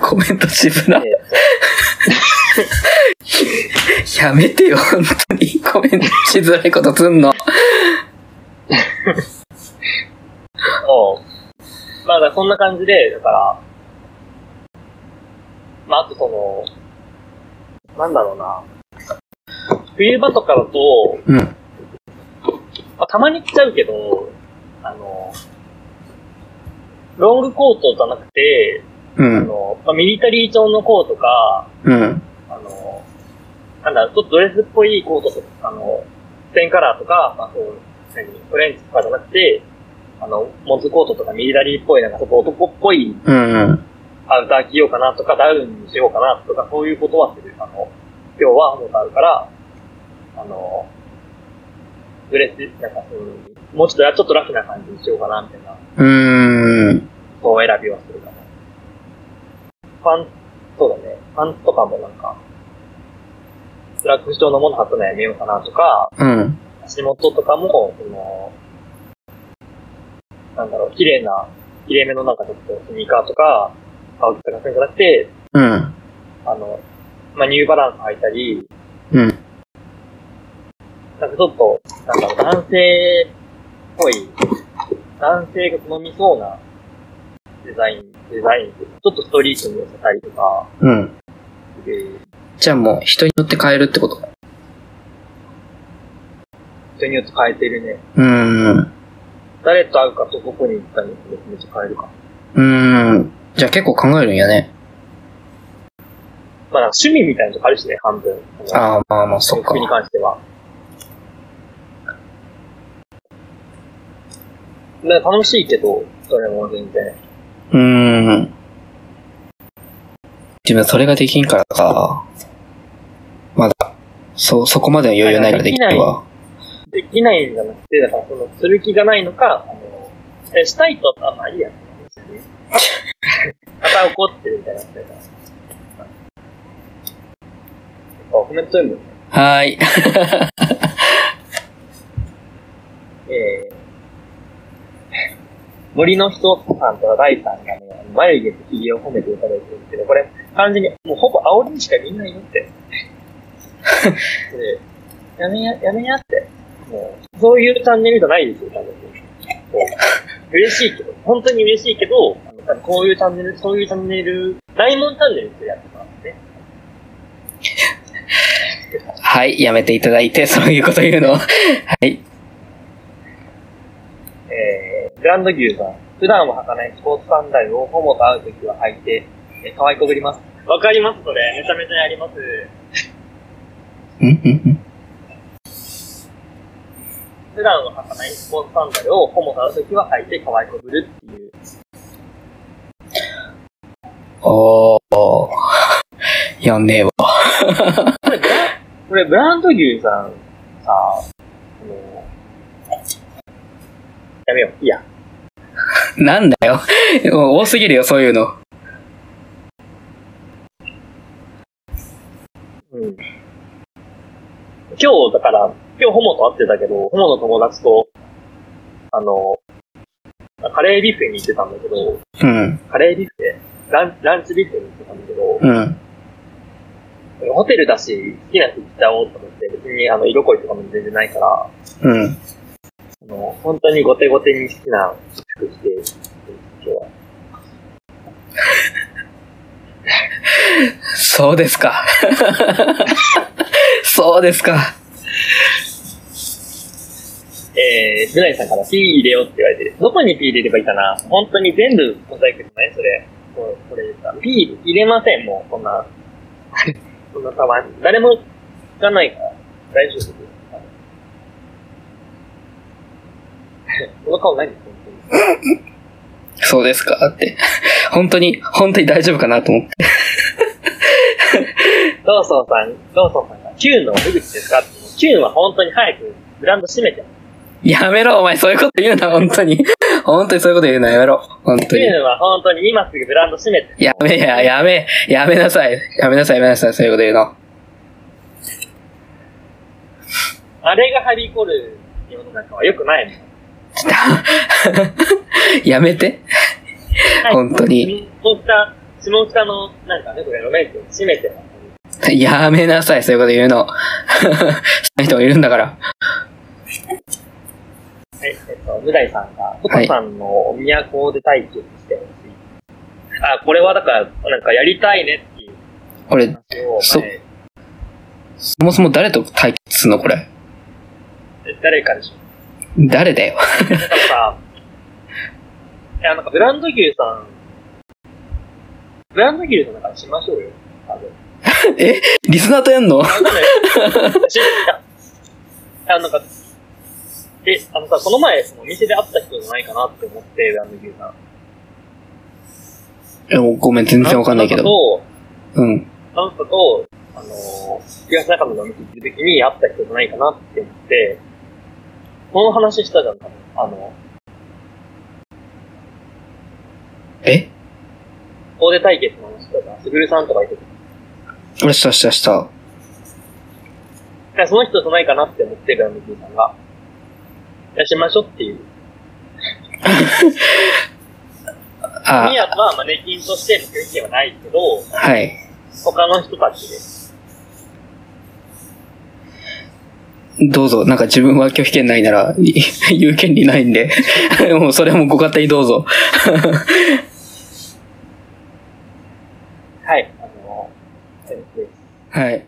S1: コメント渋な。
S2: え
S1: やめてよ、本当に。コメントしづらいことすんの。
S2: ーそうまあだからそんな感じで、だから、まああとその、なんだろうな。冬場とかだと、
S1: うん。
S2: まあ、たまに着ちゃうけど、あの、ロングコートじゃなくて、
S1: う
S2: あ
S1: ん。
S2: の、まあ、ミリタリー調のコートか、
S1: うん。
S2: あの、なんだ、ちょっとドレスっぽいコートとか、あの、スペインカラーとか、まあ、そう、何、フレンチとかじゃなくて、あの、モズコートとかミリタリーっぽい、なんかちょっと男っぽい
S1: うん。
S2: アウター着ようかなとか、ダウンにしようかなとか、そういうことはする。あの、今日はもうあるから、あの、ドレス、なんかそういう、もうちょっとや、ちょっとラフな感じにしようかな、みたいな、
S1: うん。
S2: そう選びはするかな。パン、そうだね、パンツとかもなんか、スラックス調のもの履くのやめようかなとか、
S1: うん。
S2: 足元とかも、その、なんだろう、綺麗な、綺麗めのなんかちょっとスニーカーとか、青木とかそういうんじゃなくて、
S1: うん。
S2: あの、まあ、ニューバランス履いたり、
S1: うん。
S2: なんかちょっと、なんだろう、男性っぽい、男性が好みそうなデザイン、デザインっていうかちょっとストリートに寄せたりとか、
S1: うん。
S2: えー
S1: じゃあもう人によって変えるってこと
S2: 人によって変えてるね。
S1: うん。
S2: 誰と会うかとどこに行ったのかでめっちゃ変えるか。
S1: うん。じゃあ結構考えるんやね。
S2: まあ、なんか趣味みたいなとこあるしね、半分。
S1: ああ、まあまあ、そっか
S2: 服。に関しては。ね、楽しいけど、それも全然。
S1: うん。自分それができんからか。まだ、そ、そこまでの余裕ないからできないわ。
S2: できないんじゃなくて、だからその、する気がないのか、あの、え、したいとは、あ、まあいいや、ね。また怒ってるみたいな。あ、コメント読むね。
S1: はーい。
S2: えー、森の人さんとか大さんがね、眉毛と髭を褒めていただいてるんですけど、これ、完全に、もうほぼ煽りにしかみんないよって。でやめや、やめやって。もう、そういうチャンネルじゃないですよ、多分。こう嬉しいけど、本当に嬉しいけど、あの多分こういうチャンネル、そういうチャンネル、大門チャンネルってやってますね。
S1: はい、やめていただいて、 そういうこと言うの。はい。
S2: えー、グランド牛さん。普段は履かないスポーツサンダルをホモと会うときは履いて、えー可愛こぶります。わかります、それ。めちゃめちゃやります。
S1: うん、うん、
S2: 普段は履かないスポーツサンダルをホモと会うときは履いて、可愛こぶるっていう。
S1: うん。おー。やんねえわ。
S2: これ、ブラこれブランド牛さん、さ、あの、やめよう。いいや。
S1: なんだよ。 もう多すぎるよ、そういうの。
S2: うん。今日、だから、今日ホモと会ってたけど、ホモの友達と、あの、カレービュッフェに行ってたんだけど、
S1: うん、
S2: カレービュッフェランランチビュッフェに行ってたんだけど、
S1: うん、
S2: ホテルだし、好きな服着ちゃおうと思って、別にあの色恋とかも全然ないから、
S1: うん。
S2: あの本当にゴテゴテに好きな服着て、今日は。
S1: そうです か。そうですか。
S2: えー、ブナイさんから P 入れようって言われてる。どこに P 入れればいいかな本当に全部モザイクじゃないそれ。こうこれさ、P 入れません、もう、こんな。 こんな たまに。誰も聞かないから、大丈夫です。顔何本当に。
S1: そうですかって。本当に、本当に大丈夫かなと思って。
S2: ローソンさん、ローソンさんが、キューンのフグですかって。キューンは本当に早くブランド閉めて。
S1: やめろ、お前、そういうこと言うな、本当に。本当にそういうこと言うな、やめろ。本当
S2: キュ
S1: に。
S2: ーンは本当に今すぐブランド閉めて。
S1: やめや、やめ、やめなさい。やめなさい、やめなさい、そういうこと言うの。
S2: あれがはびこる世の中は良くないもん。
S1: ちょっとやめて。本当に。
S2: 下北、下北の、なんかね、これ、路面店閉めてます。
S1: やめなさい、そういうこと言うの。そういう人もいるんだから。
S2: はい、えっと、無題さんが、コトさんのお都で体験してほしい。あ、これはだから、なんかやりたいねっていう
S1: これ、
S2: 話を、
S1: そう
S2: 前
S1: そもそも誰と対決すんの、これ。
S2: 誰かでしょ。
S1: 誰だよ。
S2: なんかさ、いや、なんかブランド牛さん、ブランド牛さんなんかしましょうよ。多分。
S1: えリスナーとやんの
S2: わかん ない。しいや、なんか、え、あのさ、この前、そのお店で会った人じゃないかなって思って、ブランド牛さ
S1: え
S2: ん。
S1: ごめん、全然わかんないけ
S2: あの
S1: ど。
S2: 方と
S1: うん。
S2: あなたと、あのー、東中野のお店行ってる時に会った人じゃないかなって思って、この話したじゃん、多分あの、
S1: え
S2: 大手対決の話とか、すぐるさんとかいてて、
S1: よしたしたした。
S2: いやその人じゃないかなって思ってるあのじいさんが、いやしましょうっていう。
S1: あ
S2: ミ、ヤはマネキンとしての権限はないけど、
S1: はい。
S2: 他の人たちで。
S1: どうぞ。なんか自分は拒否権ないなら、い 言う権利ないんで。 もうそれはもうご勝手にどうぞ。
S2: はい、あのー、先生。
S1: はい。